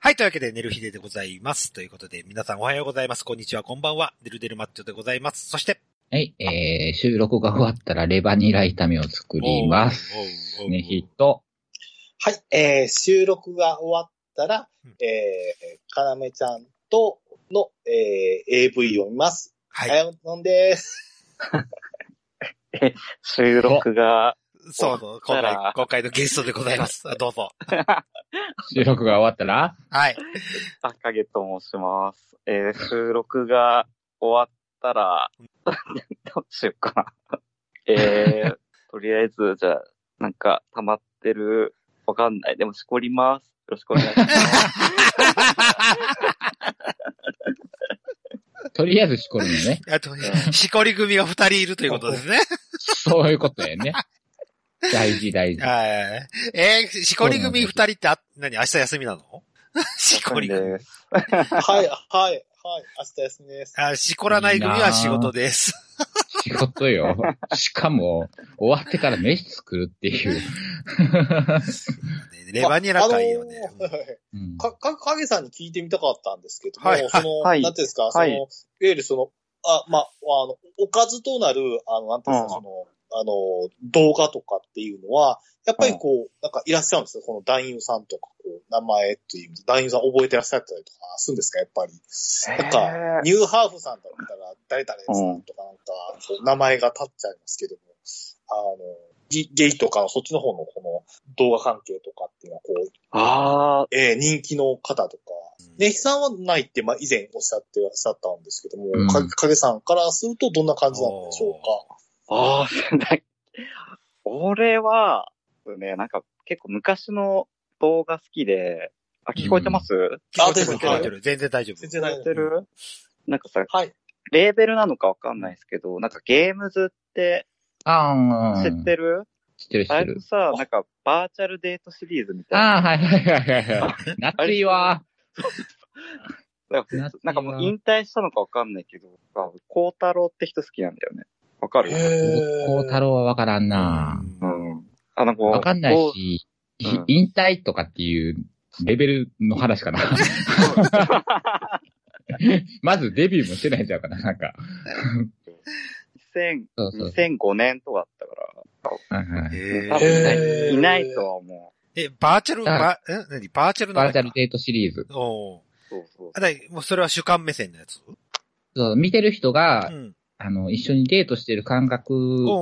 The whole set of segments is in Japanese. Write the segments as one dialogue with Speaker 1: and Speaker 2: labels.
Speaker 1: はい、というわけで、寝る日ででございます。ということで、皆さんおはようございます。こんにちは、こんばんは。デルデルマッチョでございます。そして、
Speaker 2: はい、えー、収録が終わったらレバニラ炒めを作ります。
Speaker 1: おうおうおう
Speaker 2: ね、ヒット。
Speaker 3: はい、えー、収録が終わったら、
Speaker 1: うん
Speaker 3: えー、かなめちゃんとの、えー、AV を見ます。
Speaker 1: は。
Speaker 3: はいい、飲んです。
Speaker 4: 収録が、
Speaker 1: そうそう、今回
Speaker 4: だから、
Speaker 1: 今回のゲストでございます。あどうぞ。
Speaker 2: 収録が終わったら
Speaker 1: はい。
Speaker 4: 赤毛と申します。えー収録が終わったら、 どうしようかな。えー、とりあえず、じゃあ、なんか、溜まってる、わかんない。でも、しこります。よろしくお願い します。
Speaker 2: とりあえずしこるのね。
Speaker 1: あと、しこり組が二人いるということですね。
Speaker 2: そういうことやね。大事大事。
Speaker 1: はい。えーしこり組二人って、あ、何明日休みなのしこり組。
Speaker 4: です。
Speaker 3: はい、はい、はい、明日休みです。
Speaker 1: あ、しこらない組は仕事です。
Speaker 2: 仕事よ。しかも、終わってから飯作るっていう。
Speaker 1: ねレバニラ会よね。
Speaker 3: ああのー
Speaker 2: うん
Speaker 3: か、か、かげさんに聞いてみたかったんですけども、
Speaker 1: はい
Speaker 3: その、
Speaker 4: はい
Speaker 3: なんていうんですか、
Speaker 4: はい
Speaker 3: その、いわゆるその、あ、まあ、あの、おかずとなる、あの、なんていうんですか、
Speaker 4: うん
Speaker 3: その、あの、動画とかっていうのは、やっぱりこう、なんかいらっしゃるんですよ。この男優さんとか、こう、名前っていう意味で、男優さん覚えてらっしゃったりとかするんですか、やっぱり。なんか、
Speaker 4: えー
Speaker 3: ニューハーフさんだったら、誰々さんとかなんか、こう名前が立っちゃいますけども、あの、ゲゲイとかのそっちの方のこの動画関係とかっていうのは、こう、
Speaker 4: あ
Speaker 3: えー人気の方とか、ね、悲惨はないって、まあ、以前おっしゃってらっしゃったんですけども、
Speaker 2: うん
Speaker 3: か影さんからするとどんな感じなんでしょう
Speaker 4: ー、あー、 なんか俺は、ね、なんか、結構昔の動画好きで、あ、聞こえてます、
Speaker 1: 聞こえてる
Speaker 3: あ
Speaker 1: 聞こえてる全然大丈
Speaker 3: か
Speaker 1: 夫
Speaker 3: 全。然ない
Speaker 4: やってるなんかさ、
Speaker 3: はい。
Speaker 4: レーベルなのかわかんないですけど、なんかゲームズって
Speaker 2: あー
Speaker 4: 知ってる、
Speaker 2: 知ってる知っ
Speaker 4: あ
Speaker 2: て
Speaker 4: れ
Speaker 2: る
Speaker 4: の。さ、なんかバーチャルデートシリーズみたいな。
Speaker 2: ああ、はいはいはいはいはい。夏いわ。
Speaker 4: なん
Speaker 2: 懐
Speaker 4: か
Speaker 2: かしいな
Speaker 4: なんかもう引退したのかわかんないけど、コウタロウって人好きなんだよね。わかる
Speaker 3: へ
Speaker 2: 孝太郎はわからんな
Speaker 1: う。
Speaker 4: うんん。あの、こう。
Speaker 2: わかんないし、
Speaker 4: うん
Speaker 2: 引退とかっていうレベルの話かな。
Speaker 4: こう。
Speaker 2: まずデビューもしてないんちゃうかな、なんか。
Speaker 4: 2000
Speaker 2: そうそう。
Speaker 4: 2005年とかだったから、
Speaker 2: はいはい
Speaker 1: え
Speaker 4: 多
Speaker 1: ー
Speaker 4: 分いない,、
Speaker 3: へー
Speaker 4: いないとは思
Speaker 1: え、バーチャル、
Speaker 2: だ
Speaker 1: バ、え何バーチャルな
Speaker 2: バ
Speaker 1: ん
Speaker 2: ーチ
Speaker 1: だ
Speaker 2: ャルデートシリーズ。
Speaker 1: おう
Speaker 4: う。そうそう。
Speaker 1: あ、だいもうそれは主観目線のやつ
Speaker 2: そう、見てる人が、
Speaker 1: ん。
Speaker 2: あの、一緒にデートしてる感覚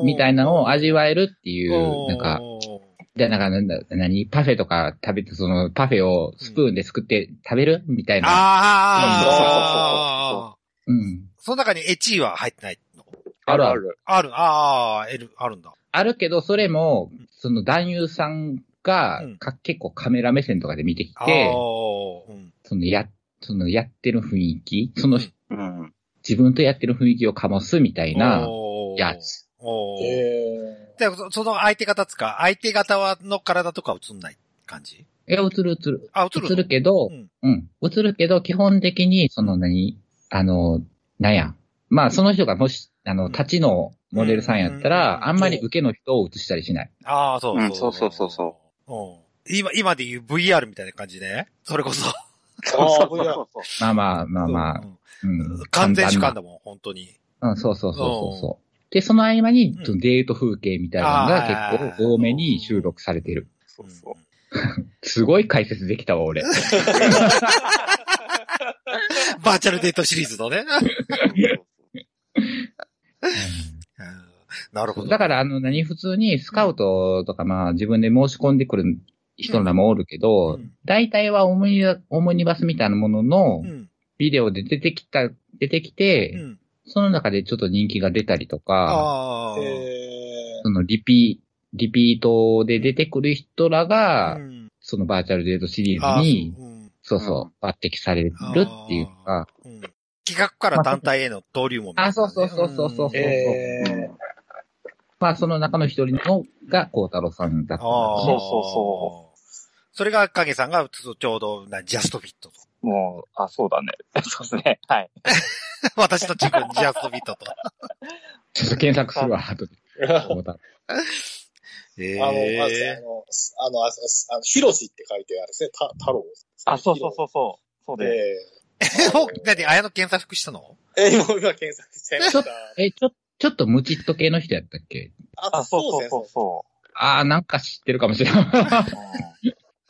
Speaker 2: みたいなのを味わえるっていう、なんか、
Speaker 1: おー
Speaker 2: で、なんか、なんだ何パフェとか食べて、その、パフェをスプーンですくって食べるみたいな。
Speaker 1: ああ、
Speaker 2: うん。
Speaker 1: その中にエチーは入ってないの
Speaker 2: あるある。
Speaker 4: る。
Speaker 1: ある、ああ、える、あるんだ。
Speaker 2: あるけど、それも、その男優さんが
Speaker 1: うん、
Speaker 2: か結構カメラ目線とかで見てき
Speaker 1: ああ
Speaker 2: て、
Speaker 1: うん
Speaker 2: その、や、その、やってる雰囲気、その、
Speaker 1: うん
Speaker 4: うん。
Speaker 2: 自分とやってる雰囲気を醸すみたいな、
Speaker 1: おー
Speaker 2: やつ。
Speaker 1: おー
Speaker 3: え
Speaker 1: でそその相手方っつうか、相手方はの体とか映んない感じ
Speaker 2: いや、映る映る。
Speaker 1: あ、映るの
Speaker 2: 映るけど
Speaker 1: う、ん。
Speaker 2: うん。映るけど、基本的に、その何、あの、なんや。まあ、その人がもし、あの、立ちのモデルさんやった
Speaker 1: うん
Speaker 2: ら、あんまり受けの人を映したりしない。
Speaker 1: ああ、そう。
Speaker 4: うんそうそうそうそう
Speaker 1: うん。今、今で言う VR みたいな感じね。それこそ。
Speaker 3: ー、ああ、
Speaker 4: そうそうそう。
Speaker 2: まあまあまあまあ、
Speaker 1: あ。
Speaker 2: うん。
Speaker 1: 完全主観
Speaker 2: だ。
Speaker 1: だもん、本当に。
Speaker 2: うん、そうそうそうそうそう。で、その合間に
Speaker 1: うん、
Speaker 2: そのデート風景みたいなの
Speaker 1: あ
Speaker 2: が
Speaker 1: ー
Speaker 2: 結構多めに収録されてる。
Speaker 4: そうそう。
Speaker 2: すごい解説できたわ、俺。
Speaker 1: うんバーチャルデートシリーズのね。 うんなるほど。
Speaker 2: だから、あの、何、普通にスカウトとか、まあ、自分で申し込んでくる人らもおるけど、
Speaker 1: うん
Speaker 2: 大体はオムニオムニバスみたいなものの
Speaker 1: うん。
Speaker 2: ビデオで出てきた、出てき
Speaker 1: う
Speaker 2: て、
Speaker 1: ん。
Speaker 2: その中でちょっと人気が出たりとか、
Speaker 1: ああ。
Speaker 3: え
Speaker 2: そのリピ、リピートで出てくる人らが、
Speaker 1: うん
Speaker 2: そのバーチャルデートシリー
Speaker 1: あ
Speaker 2: ズ
Speaker 1: ー
Speaker 2: に、
Speaker 1: そううん
Speaker 2: そうそう、抜擢されるっていうか、
Speaker 1: うん企画から団体への登竜門みたいなね。
Speaker 2: あそうそうそうそうそう
Speaker 1: うん
Speaker 3: ー、えー、
Speaker 2: まあその中の一人のが孝太郎さんだった
Speaker 1: ああ。。
Speaker 2: んで
Speaker 4: そうそうそう
Speaker 1: それが影さんがちょちょうどなジャストフィットと。
Speaker 4: もう、あ、そうだね。 そうですね。はい。
Speaker 1: 私と自分ジャストフィットと。
Speaker 2: すね、ちょっと検索するわ、後で。孝太郎
Speaker 1: え
Speaker 3: あの、あれですね
Speaker 1: え
Speaker 3: あの、すあの、あすあのヒロシって書いてあるんですね、た太郎ですね、
Speaker 4: あ、そうそうそうそう。そう
Speaker 3: ヒロ
Speaker 4: です。
Speaker 3: え
Speaker 1: ー。もう、なに、綾野検索したの
Speaker 3: ーえー今、今検索しちゃいました。
Speaker 2: え、ちょ、ちょっとムチっと系の人やったっけ
Speaker 3: あ
Speaker 4: あ、そうそうそうそ
Speaker 2: あー、なんか知ってるかもしれん。知
Speaker 4: う。うん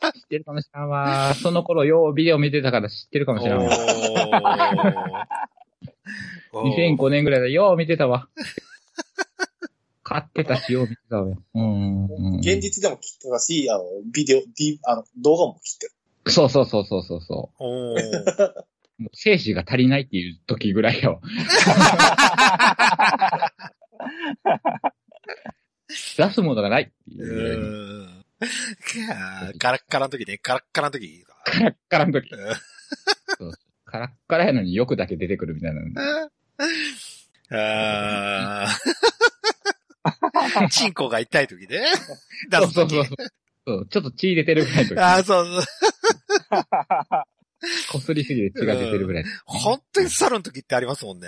Speaker 2: ってるかもしれんわ。その頃、ようビデオ見てたから知ってるかもしれん わ。
Speaker 1: おー
Speaker 2: 2005年ぐらいだ。よう見てたわ。買ってたし、よう見てたわよ。うんうん。
Speaker 3: 現実でも切ってたし、あの、ビデオ、D、あの、動画も切ってる。
Speaker 2: そうそうそうそうそうそ
Speaker 1: おー
Speaker 2: う。もう精子が足りないっていう時ぐらいよ。出すものがないっていううぐらいに。
Speaker 1: ーん。ガラッカラの時ね、ガラッカラの時か。
Speaker 2: カラッカラの時。
Speaker 1: うん
Speaker 2: カラッカラやのによくだけ出てくるみたいな。
Speaker 1: あー チンコが痛い時 ね。だ
Speaker 2: そうそうそう。そうちょっと血出てるぐらいの時。
Speaker 1: あーそうそう。
Speaker 2: こすりすぎて血が出てるぐらい。
Speaker 1: 本当に猿の時ってありますもんね。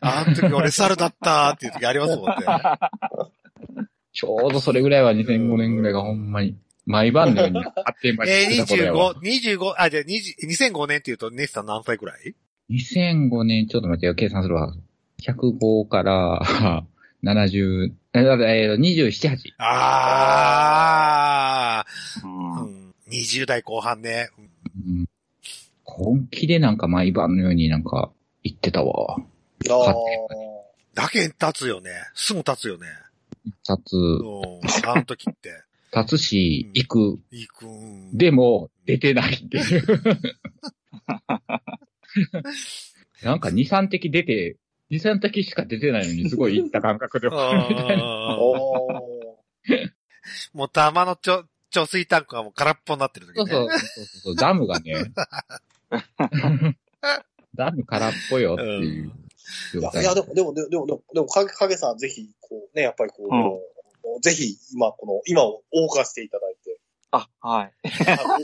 Speaker 1: あの時俺猿だったーっていう時あります もんね。
Speaker 2: ちょうどそれぐらいは2005年ぐらいがほんまに、毎晩のよ うにあってま
Speaker 1: え
Speaker 2: した
Speaker 1: ー、25、25、あ、じゃあ20 2005年っていうと、ネスさん何歳くらい
Speaker 2: 25年、ちょっと待ってよ、計算するわ。105から70、え、だからえー27、8。
Speaker 1: あ
Speaker 4: うん
Speaker 1: ー、うん、20代後半ね。
Speaker 2: うん。本気でなんか毎晩のようになんか行ってたわ。
Speaker 3: あ
Speaker 2: 買
Speaker 3: あ
Speaker 2: っ
Speaker 1: だけ立つよね。すぐ立つよね。
Speaker 2: 立つ、
Speaker 1: うん、あの時って。
Speaker 2: 立つし
Speaker 1: うん、
Speaker 2: 行く。
Speaker 1: いくん。
Speaker 2: でも、出てないっ ていう。なんか2、3滴出て、2、3滴しか出てないのにすごい行った感覚で。
Speaker 1: あー
Speaker 3: おー
Speaker 1: もう玉のちょ、貯水タンクがもう空っぽになってる時
Speaker 2: そ
Speaker 1: ね。
Speaker 2: うそうそうそうそう、ダムがね。 ダム空っぽよっていう状
Speaker 3: いや、
Speaker 2: 態。
Speaker 3: いやでも、でも、でも、でも、でも、でもかげ、かげさん、ぜひ、こう、ね、やっぱりこう、
Speaker 4: うん
Speaker 3: もうぜひ、今、この、今を謳歌していただいて、
Speaker 4: あ、は
Speaker 3: あ
Speaker 4: い。
Speaker 3: お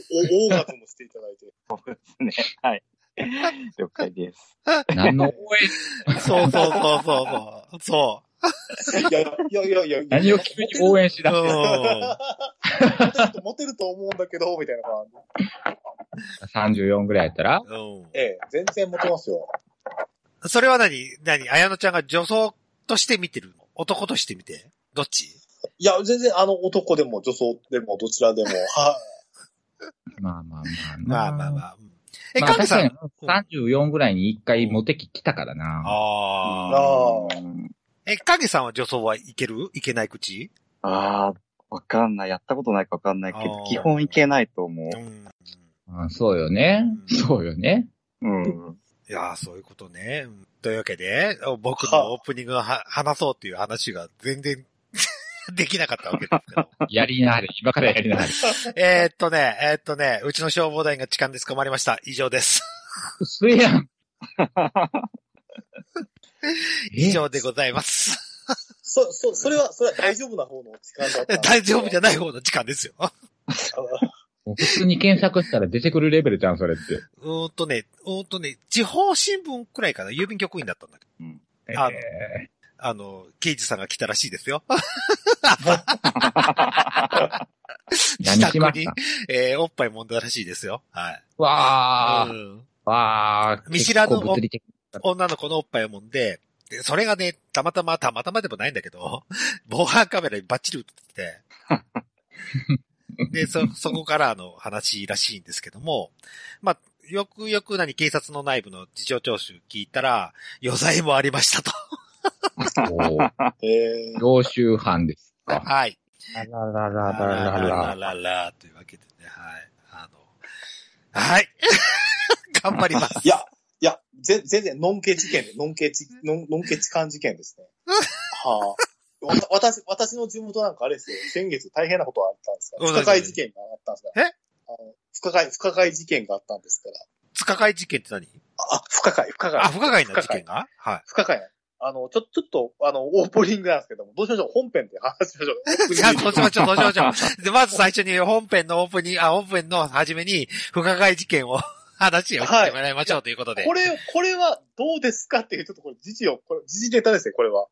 Speaker 3: お謳歌ともしていただいて、
Speaker 4: そうですね。はい。 了解です。
Speaker 2: 何の応援、
Speaker 1: そうそうそうそう。そ
Speaker 3: いや、いや、いや、いや、いや
Speaker 2: 何を急に応援し
Speaker 1: う。
Speaker 2: だす
Speaker 1: うん
Speaker 3: モテると、モテると思うんだけど、みたいな感じ。
Speaker 2: ?34 ぐらいやったら
Speaker 1: うん。
Speaker 3: ええ、全然モテますよ。
Speaker 1: それは何何綾乃ちゃんが女装として見てるの男として見てどっち
Speaker 3: いや、全然、あの、男でも、女装でも、どちらでも、は、
Speaker 2: まあまあまあ。
Speaker 1: まあまあまあ。うんえ、
Speaker 2: まあ
Speaker 1: かんさん。
Speaker 2: 確34ぐらいに一回モテ期来たからな。
Speaker 1: ああ。
Speaker 3: あー
Speaker 4: うん
Speaker 1: え、かげさんは女装はいけるいけない口
Speaker 4: あー、わかんない。やったことないかわかんないけ
Speaker 1: あ
Speaker 4: ど
Speaker 1: ー、
Speaker 4: 基本いけないと思
Speaker 1: ん。
Speaker 2: あそうよね
Speaker 1: う。ん
Speaker 2: そうよね。
Speaker 4: う。 うん。
Speaker 1: いやーそういうことね。うんというわけで、僕のオープニングは話そうっていう話が全然 できなかったわけですけど。
Speaker 2: やりな はれ。今からやりなはれ。
Speaker 1: えーっとね、えーっとね、うちの消防団員が痴漢で捕まりました。以上です。
Speaker 2: 薄いやん。
Speaker 1: 以上でございます。
Speaker 3: そ、そ、それは、それは大丈夫な方の時間だっ た。
Speaker 1: 大丈夫じ
Speaker 3: ゃ
Speaker 1: ゃない方の時間ですよ。
Speaker 2: もう普通に検索したら出てくるレベルじゃん、それって。
Speaker 1: うーんとね、うーんとね、地方新聞くらいかな、郵便局員だったんだけど、あの
Speaker 2: え
Speaker 1: あの、刑事さんが来たらしいですよ。
Speaker 2: ー何しま
Speaker 1: 自
Speaker 2: した
Speaker 1: 宅えー、おっぱい揉んだらしいですよ。はい。
Speaker 2: わ
Speaker 1: う
Speaker 2: ー。
Speaker 1: ん
Speaker 2: わー。
Speaker 1: 見知らぬ
Speaker 2: 結構 物理的
Speaker 1: 女の子のおっぱいを揉んで、でそれがね、たまたま、たまたまでもないんだけど、防犯カメラにバッチリ映ってて、で、そ、そこからあの話らしいんですけども、まあ、よくよく何警察の内部の事情聴取聞いたら、余罪もありましたと。
Speaker 2: おー
Speaker 3: え え
Speaker 2: 常習犯ですか。
Speaker 1: はい。
Speaker 2: あらら
Speaker 1: ラ
Speaker 2: ら
Speaker 1: ラララララというわけでね、はい。あの、はい。頑張ります。
Speaker 3: いや、いや、ぜ全然、ノンケ事件で、ノンケち、ノン、ノンケ痴漢事件ですね。はあ。わた私、私の地元なんかあれですよ、先月大変なことがあったんですから、
Speaker 1: うん
Speaker 3: 不可解事件があったんですから。
Speaker 1: え
Speaker 3: あの不可解、不可解事件があったんですから。
Speaker 1: 不可解事件って何
Speaker 3: あ、不可解、不可解。
Speaker 1: あ、不可解な事件がは
Speaker 3: 不可解な。あの、ちょ、ちょっと、あの、オープニングなんですけども、どうしましょう本編で話しましょう。
Speaker 1: い。じゃあ、そうしましょう、そうしましょう。で、まず最初に本編のオープニング、あ、オープンの初めに、不可解事件を 話を聞いてもらいましょうということで。
Speaker 3: これ、これはどうですかっていう、ちょっとこれ、時事を、これ、時事ネタですね、これは。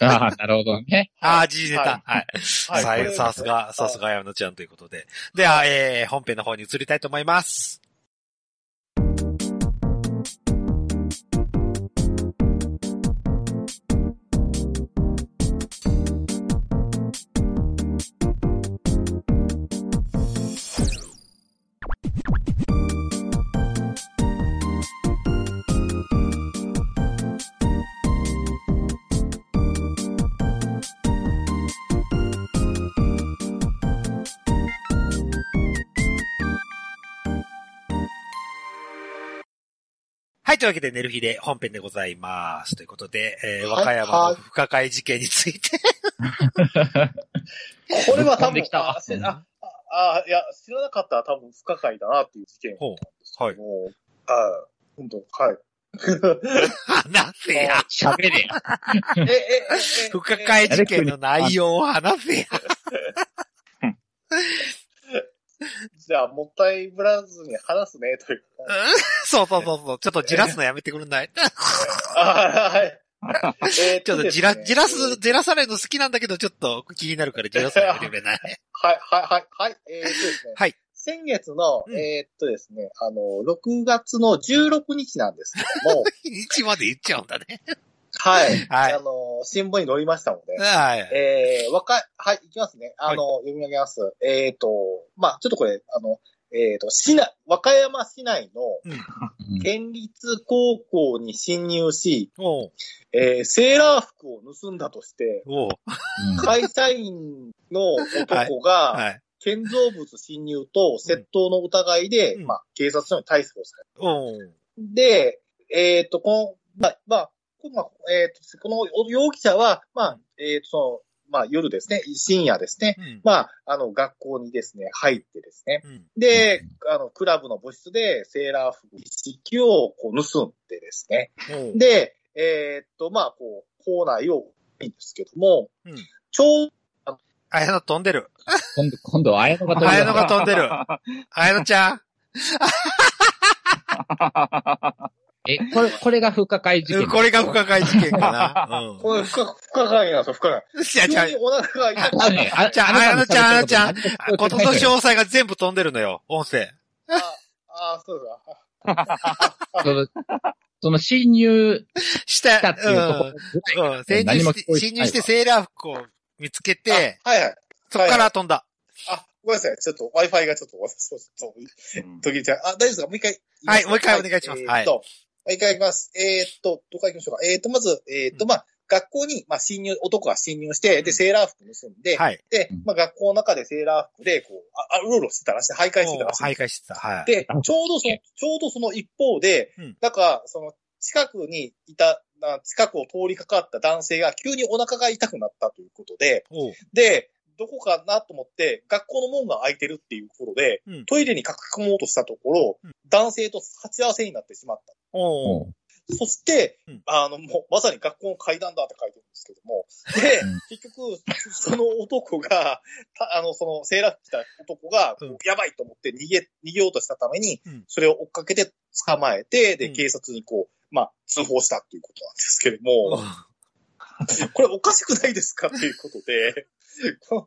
Speaker 2: ああ、なるほどね。
Speaker 1: ああ、時事ネタ。はい。
Speaker 3: はい
Speaker 1: さ
Speaker 3: これ
Speaker 1: さすが、さすがやのちゃんということで。では、えー、本編の方に移りたいと思います。はい、というわけで、寝る日で本編でございます。ということで、えー、和歌山の不可解事件について。
Speaker 3: これは
Speaker 2: ぶっ飛
Speaker 3: 多
Speaker 2: んで
Speaker 3: 分
Speaker 2: き、た
Speaker 3: あ、せあ、あ、あいや、知らなかったら多分不可解だなっていう事件なんですけども、あ本当、 はい。
Speaker 1: 話せや。
Speaker 2: 喋れ。
Speaker 3: え、え、え、え
Speaker 1: 不可解事件の内容を話せや。
Speaker 3: じゃあ、もったいぶらずに話すね、という。
Speaker 1: そうそうそうそう。ちょっとじらすのやめてくれない
Speaker 3: あはい。えー
Speaker 1: ちょっとじら、じらす、。じらされるの好きなんだけど、ちょっと気になるからじらすのやめてくれない
Speaker 3: はい、はい、はい、はい。えーっとですね。
Speaker 1: はい。
Speaker 3: 先月の、
Speaker 1: うん
Speaker 3: えーっとですね、あの、6月の16日なんですけ ども、
Speaker 1: 日にちまで言っちゃうんだね。
Speaker 3: はい。
Speaker 1: はい
Speaker 3: あの、新聞に載りましたので、
Speaker 1: はい。
Speaker 3: えー、わか、はい、いきますね。あの、読み上げます。えーっと、まあちょっとこれ、あの、えーっと、市内、和歌山市内の
Speaker 2: うん
Speaker 3: 県立高校に侵入し、
Speaker 1: おう
Speaker 3: えー、セーラー服を盗んだ として、
Speaker 1: おう
Speaker 3: 会社員の男が、
Speaker 1: はい。
Speaker 3: 建造物侵入と窃盗の疑いで、
Speaker 1: うん
Speaker 3: まあ、警察署に逮捕され
Speaker 1: おう
Speaker 3: た。で、えっ、と、この、まあ、まあ、こまあえーとこの容疑者は、まあ、えっ、と、その、まあ、夜ですね、深夜ですね、
Speaker 1: うん。
Speaker 3: まあ、あの、学校にですね、入ってですね、
Speaker 1: うん
Speaker 3: で、あの、クラブの部室でセーラー服一式をこう盗んでですね、
Speaker 1: おう
Speaker 3: で、えっ、と、まあ、こう、校内を、いいんですけども、
Speaker 1: うん
Speaker 3: ちょう
Speaker 1: あやの飛んでる。
Speaker 2: 今度、今度は綾野が飛ん
Speaker 1: 綾
Speaker 2: だ
Speaker 1: 野が飛んでる。あやのちゃん。
Speaker 2: え、これ、これが不可解事件。
Speaker 1: これが不可解事件か な。うん。
Speaker 3: これ、不可、不可解なんですよ、不可解。
Speaker 1: じゃあ、じゃ
Speaker 3: 急にお腹が痛く
Speaker 2: あのね、あ
Speaker 3: あ
Speaker 1: じゃあ
Speaker 2: あなたの
Speaker 1: あ
Speaker 2: 喋
Speaker 1: や
Speaker 2: ってる
Speaker 1: あ、
Speaker 2: こ
Speaker 1: ことと
Speaker 2: が
Speaker 1: の詳
Speaker 2: 何でしょう
Speaker 1: 細が全部飛んでるのよ、音声。
Speaker 3: あ、そうだ。
Speaker 2: そのその侵入
Speaker 1: した
Speaker 2: したっていうところ
Speaker 1: うんうん。侵入
Speaker 2: 何も
Speaker 1: し
Speaker 2: 聞
Speaker 1: て、
Speaker 2: こえてないわ
Speaker 1: 侵入してセーラー服を見つけて、
Speaker 3: あはいはい。
Speaker 1: そこから飛んだ。
Speaker 3: あ、ごめんなさい。ちょっと Wi-Fi がちょっと、そうそう、途切れちゃう。あ、大丈夫ですかもう一回言ます。
Speaker 1: はいもう一回お願いします
Speaker 3: えーっと、はい、一回いきます。えーっと、どこから行きましょうか。えーっと、まず、えーっと、
Speaker 1: うん
Speaker 3: まあ、学校に、まあ、侵入、男が侵入して、
Speaker 1: う
Speaker 3: で、
Speaker 1: ん
Speaker 3: セーラー服盗んで、
Speaker 1: はい。
Speaker 3: で
Speaker 2: うん、
Speaker 3: まあ、学校の中でセーラー服で、こう、あ、あうろうろしてたらしい、徘徊してたらしい。
Speaker 1: 徘徊してた。はい。
Speaker 3: で、ちょうどその、ちょうどその一方で、
Speaker 1: うん
Speaker 3: なんか、その、近くにいた、な近くを通りかかった男性が急にお腹が痛くなったということで、
Speaker 1: おう
Speaker 3: で、どこかなと思って、学校の門が開いてるっていうことで、
Speaker 1: うん
Speaker 3: トイレに駆け込もうとしたところ、
Speaker 1: うん
Speaker 3: 男性と鉢合わせになってしまっ
Speaker 1: おう
Speaker 2: も
Speaker 3: た。そして、
Speaker 1: うん
Speaker 3: あの、もう、まさに学校の階段だって書いてるんですけども、で
Speaker 2: うん、
Speaker 3: 結局、その男が、たあの、その、セーラー服着た男が、こう
Speaker 1: うん
Speaker 3: やばいと思って逃げ、逃げようとしたために、
Speaker 1: うん
Speaker 3: それを追っかけて捕まえて、
Speaker 1: う
Speaker 3: で、
Speaker 1: ん
Speaker 3: 警察にこう、まあ、通報したっていうことなんですけれども、
Speaker 1: おう
Speaker 3: これおかしくないですかっていうことで、 こ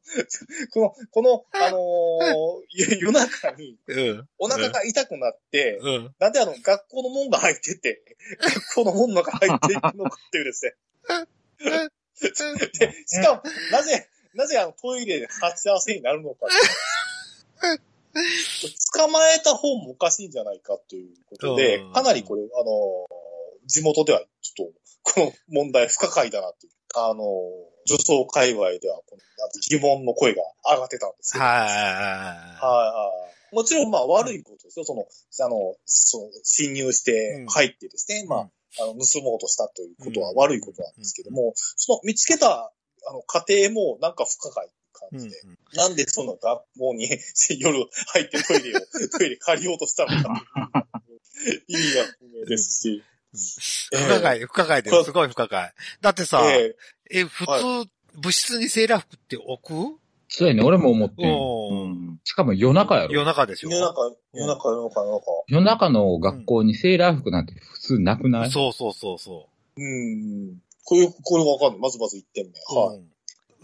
Speaker 3: の、この、この、あのー ゆ夜中に
Speaker 1: うん。
Speaker 3: お腹が痛くなって、
Speaker 1: うん。
Speaker 3: なんであの、学校の門が開い てて、学校の門の中入っていくのかっていうですね。で、しかも、なぜ、なぜあのトイレで鉢合わせになるのかって。捕まえた方もおかしいんじゃないかということで
Speaker 1: うん、
Speaker 3: かなりこれ、あのー地元ではちょっと、この問題不可解だなっていう、あのー女装界隈ではこの疑問の声が上がってたんですよ。
Speaker 1: は
Speaker 3: はいはい。もちろん、まあ、悪いことですよ。その、あの、そう、侵入して
Speaker 1: うん
Speaker 3: 入ってですね、まあ
Speaker 1: うん、
Speaker 3: あの、盗もうとしたということは
Speaker 1: うん
Speaker 3: 悪いことなんですけども、その、見つけた、あの、家庭もなんか不可解って
Speaker 1: い。
Speaker 3: 感
Speaker 1: う
Speaker 3: じ
Speaker 1: ん
Speaker 3: で、なんでその学校に 夜入ってトイ レを、トイレ借りようとしたのかっていう。意味が不明ですし。
Speaker 1: 不可解、不可解です。すごい不可解。だってさ、
Speaker 3: ええ
Speaker 1: え、普通、部室にセーラー服って置く
Speaker 2: そうやね、俺も思ってん。
Speaker 4: う
Speaker 1: うん。
Speaker 4: ん。
Speaker 2: しかも夜中や
Speaker 1: 夜
Speaker 2: ろ。
Speaker 1: 中です
Speaker 3: 夜
Speaker 1: よ。
Speaker 3: 中、夜中、夜中、夜中。
Speaker 2: 夜中の学校にセーラー服なんて普通なくない
Speaker 1: そうそうそうそう。
Speaker 3: うん。これ、これわかんない。まずまず1点目。はい。
Speaker 1: うん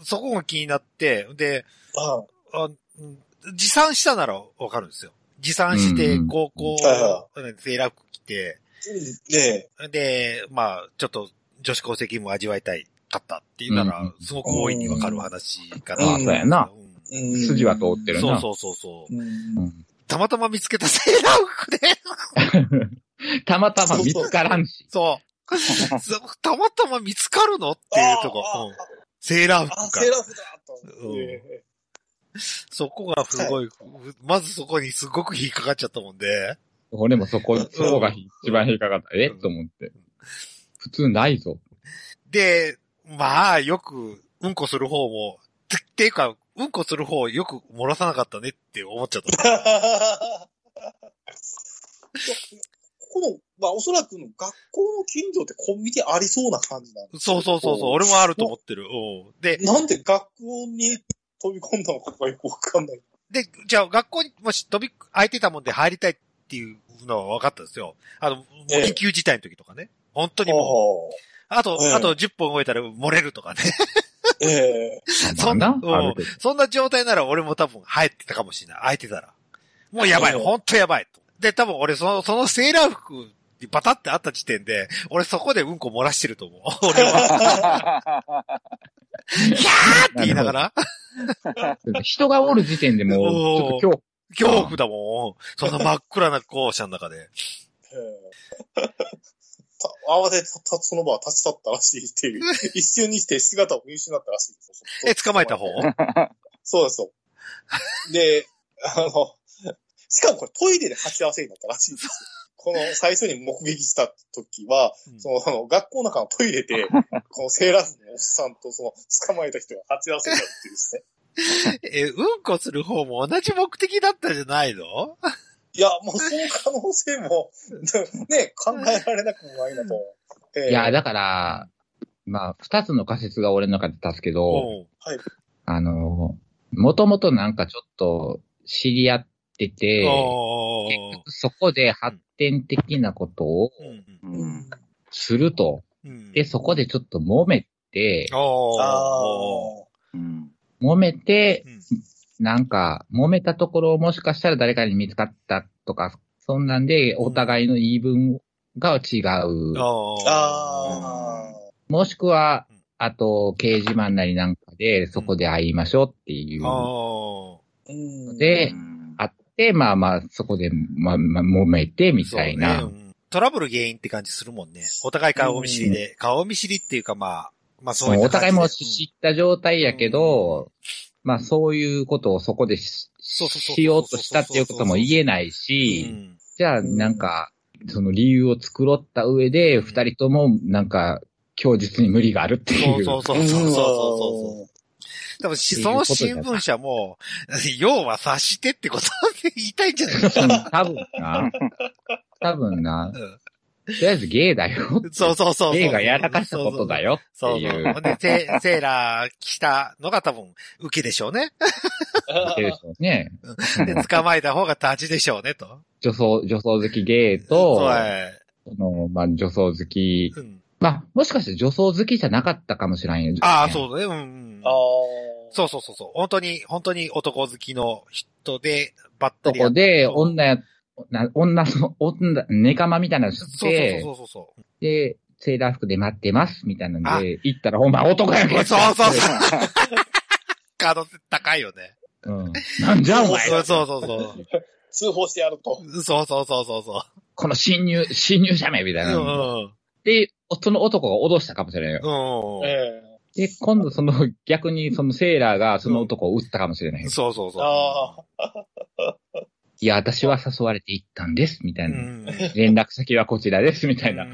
Speaker 1: そこが気になって、で、
Speaker 3: は
Speaker 1: あうん持参したならわかるんですよ。持参して
Speaker 2: う、ん
Speaker 1: 高校、
Speaker 3: はいは
Speaker 1: セーラー服着て、
Speaker 3: い。ね
Speaker 1: で、まあ、ちょっと女子高生気分を味わいたいかったっていうなら、
Speaker 2: うん
Speaker 1: すごく大いにわかる話か
Speaker 3: うん
Speaker 1: な。
Speaker 3: あそう
Speaker 2: やな
Speaker 1: うん。
Speaker 3: え。うん
Speaker 2: 筋は通ってる
Speaker 1: そう
Speaker 2: な。
Speaker 1: そうそうそう。
Speaker 3: うん
Speaker 1: たまたま見つけたセーラー服で、
Speaker 2: たまたま見つからんし。
Speaker 1: そう。そうたまたま見つかるのっていうとこ
Speaker 3: あ、
Speaker 1: うんセーラー
Speaker 3: あ、
Speaker 1: 服か
Speaker 3: セー。ラー服だと思って。
Speaker 1: うん
Speaker 3: え
Speaker 1: そこがすごい、まずそこにすごく引っかかっちゃったもんで。
Speaker 2: 俺もそこ、そこが一番引っかかった。えと思って。普通ないぞ。
Speaker 1: で、まあ、よく、うんこする方も、て、ていうか、うんこする方よく漏らさなかったねって思っちゃった。
Speaker 3: え ここの、まあ、おそらくの学校の近所ってコンビニありそうな感じなんです
Speaker 1: そうそうそうそう、俺もあると思ってる。うん。で、
Speaker 3: なんで学校に飛び込んだのかがよくわかんない。
Speaker 1: で、じゃあ学校にもし飛び、空いてたもんで入りたいっていうのは分かったんですよ。あの、もう
Speaker 3: ええ
Speaker 1: 緊急事態の時とかね。本当にもう、
Speaker 3: あ
Speaker 1: あと、
Speaker 3: ええ
Speaker 1: あと10分動いたら漏れるとかね。
Speaker 3: あ、ええ
Speaker 1: そんな、
Speaker 2: まあ
Speaker 1: う
Speaker 2: あ
Speaker 1: ん
Speaker 2: るけど
Speaker 1: そんな状態なら俺も多分入ってたかもしれない。空いてたら。もうやばい、
Speaker 3: うん
Speaker 1: ほんとやばいと。で、多分俺その、そのセーラー服にバタってあった時点で、俺そこでうんこ漏らしてると思う。 俺は、キャーって言いながら、
Speaker 2: 人がおる時点でもう、ちょっと今日、
Speaker 1: 恐怖だもん。その真っ暗な校舎の中で。
Speaker 3: ええ た慌ててたたその場は立ち去ったらしいって いう。一瞬にして姿を見失ったらしいですよ
Speaker 1: え、捕まえた方
Speaker 3: そうですよ。で、あの、しかもこれトイレで鉢合わせになったらしいんですよ。この最初に目撃した時は、
Speaker 1: うん
Speaker 3: その、あの学校の中のトイレで、このセーラー服のおっさんとその捕まえた人が鉢合わせになるっていうですね。
Speaker 1: え、うんこする方も同じ目的だったじゃないの
Speaker 3: いや、もうその可能性も、ね、考えられなくもないなと。ええ
Speaker 2: いや、だから、まあ、二つの仮説が俺の中で立つけど、
Speaker 1: うん。
Speaker 2: あの、もともとなんかちょっと知り合ってて、
Speaker 1: おー
Speaker 2: そこで発展的なことを
Speaker 1: うん。
Speaker 4: うん。
Speaker 2: すると。
Speaker 1: うん。
Speaker 2: で、そこでちょっと揉めて、
Speaker 1: おー
Speaker 3: ああ。
Speaker 4: うん。
Speaker 2: 揉めて、
Speaker 1: うん
Speaker 2: なんか、揉めたところをもしかしたら誰かに見つかったとか、そんなんで、お互いの言い分が違う。
Speaker 1: あー
Speaker 3: あ
Speaker 2: もしくは
Speaker 1: うん、
Speaker 2: あと、掲示板なりなんかで、そこで会いましょうっていうの
Speaker 1: あ
Speaker 3: あ。うん
Speaker 2: で、あって、まあまあ、そこで、まあまあ、揉めて
Speaker 1: ー
Speaker 2: みたいな。
Speaker 1: そうねうんトラブル原因って感じするもんね。お互い顔見知りで、顔見知りっていうかまあ、まあそうい
Speaker 2: も
Speaker 1: っ
Speaker 2: う
Speaker 1: た
Speaker 2: お互いも
Speaker 1: 感
Speaker 2: う
Speaker 1: じで
Speaker 2: 知った状態やけど、まあそういうことをそこでし
Speaker 1: そうそうそうそう
Speaker 2: しようとしたっていうことも言えない
Speaker 1: うん
Speaker 2: し、
Speaker 1: うん
Speaker 2: じゃあなんか、その理由を作ろった上で、
Speaker 1: うん
Speaker 2: 二人ともなんか、供述に無理があるって
Speaker 1: そ
Speaker 2: いうう。
Speaker 1: そうそう
Speaker 3: う
Speaker 1: そうそ
Speaker 3: ん
Speaker 1: うそうそう。多分し、その
Speaker 2: ってい
Speaker 1: 新
Speaker 2: うことじ
Speaker 1: 聞
Speaker 2: ゃ
Speaker 1: 社も、要は察してってことで言いたいんじゃない
Speaker 2: うん多分 な。多分な。とりあえずゲイだよ。
Speaker 1: そうそうそうそう。
Speaker 2: ゲイがやらかしたことだよって
Speaker 1: そう
Speaker 2: い
Speaker 1: そう。そうそう。ほ
Speaker 2: うん
Speaker 1: で、セセーラー来たのが多分、受けでしょう ね。
Speaker 2: わけでしょうね。
Speaker 1: で、捕まえた方が立ちでしょうね、と。
Speaker 2: 女装、女装好きゲイと、
Speaker 1: はい
Speaker 2: その、まあ、女装好き
Speaker 1: うん
Speaker 2: まあ、もしかして女装好きじゃなかったかもしれんよ。
Speaker 1: ああ、そうだね。うんうん。
Speaker 3: ああ。
Speaker 1: そうそうそうそう。本当に、本当に男好きの人で、バッタ
Speaker 2: そ
Speaker 1: リや
Speaker 2: こ
Speaker 1: っ
Speaker 2: で、女や、な女の、女、ネカマみたいなの知っ
Speaker 1: そう
Speaker 2: て、
Speaker 1: そうそうそう。
Speaker 2: で、セーラー服で待ってます、みたいなん
Speaker 1: あ
Speaker 2: で、行ったら、ほんま男やんけ。
Speaker 1: そうそうそう。可能性高いよね。
Speaker 2: うん。なんじゃお前
Speaker 1: そうそうそうそう。
Speaker 3: 通報してやると。
Speaker 1: そうそうそうそうそ。
Speaker 2: この侵入、侵入者名みたいうな
Speaker 1: う
Speaker 2: の。
Speaker 1: ん。
Speaker 2: で、その男が脅したかもしれんよ。
Speaker 1: うん。
Speaker 3: え
Speaker 2: で、今度その、逆にそのセーラーがその男を撃ったかもしれない。
Speaker 1: そうそう
Speaker 3: え
Speaker 1: そう。
Speaker 3: ああ。
Speaker 2: いや、私は誘われて行ったんです、みた
Speaker 1: う
Speaker 2: いな。
Speaker 1: ん。み
Speaker 2: 連絡先はこちらです、みたいな。い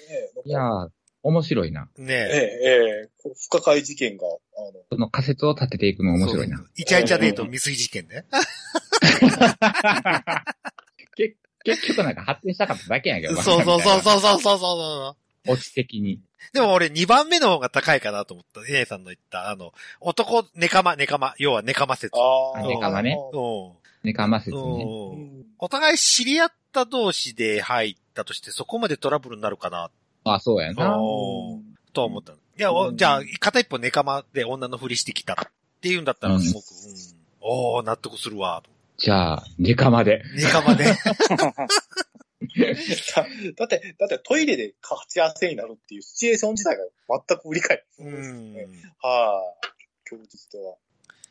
Speaker 3: ねえなんか
Speaker 2: やー、面白いな。
Speaker 1: ね
Speaker 3: ええ
Speaker 1: え。
Speaker 3: ええこう不可解事件が、あの、
Speaker 2: その仮説を立てていくの面白いな
Speaker 1: そ。う。イチャイチャデート未遂事件ね。
Speaker 2: 結結局なんか発展したかっただけやけど。
Speaker 1: そうそうそう
Speaker 2: う。
Speaker 1: そうそうそうそう。
Speaker 2: オチ的に。
Speaker 1: でも俺2番目の方が高いかなと思った。稲井さんの言った、あの、男、ネカマ、ネカマ、要はネカマ説。
Speaker 3: あ
Speaker 1: あ
Speaker 3: あ。
Speaker 1: ネカ
Speaker 2: マね
Speaker 1: うん。
Speaker 2: ネカマ説ね。
Speaker 3: う
Speaker 1: うん
Speaker 3: ん。
Speaker 1: お互い知り合った同士で入ったとして、そこまでトラブルになるかな、
Speaker 2: あ、そうや
Speaker 1: と
Speaker 2: な。
Speaker 1: は思ったの。いや、
Speaker 3: う
Speaker 1: お
Speaker 3: ん
Speaker 1: じゃあ、片一本ネカマで女のふりしてきたっていうんだったら、すごく、うんおー、納得するわ、と
Speaker 2: じゃあ、ネカマで。
Speaker 1: ネカマ で。
Speaker 3: だ だって、だってトイレで鉢合わせになるっていうシチュエーション自体が全く理解。
Speaker 1: うん。
Speaker 3: はい、供述では。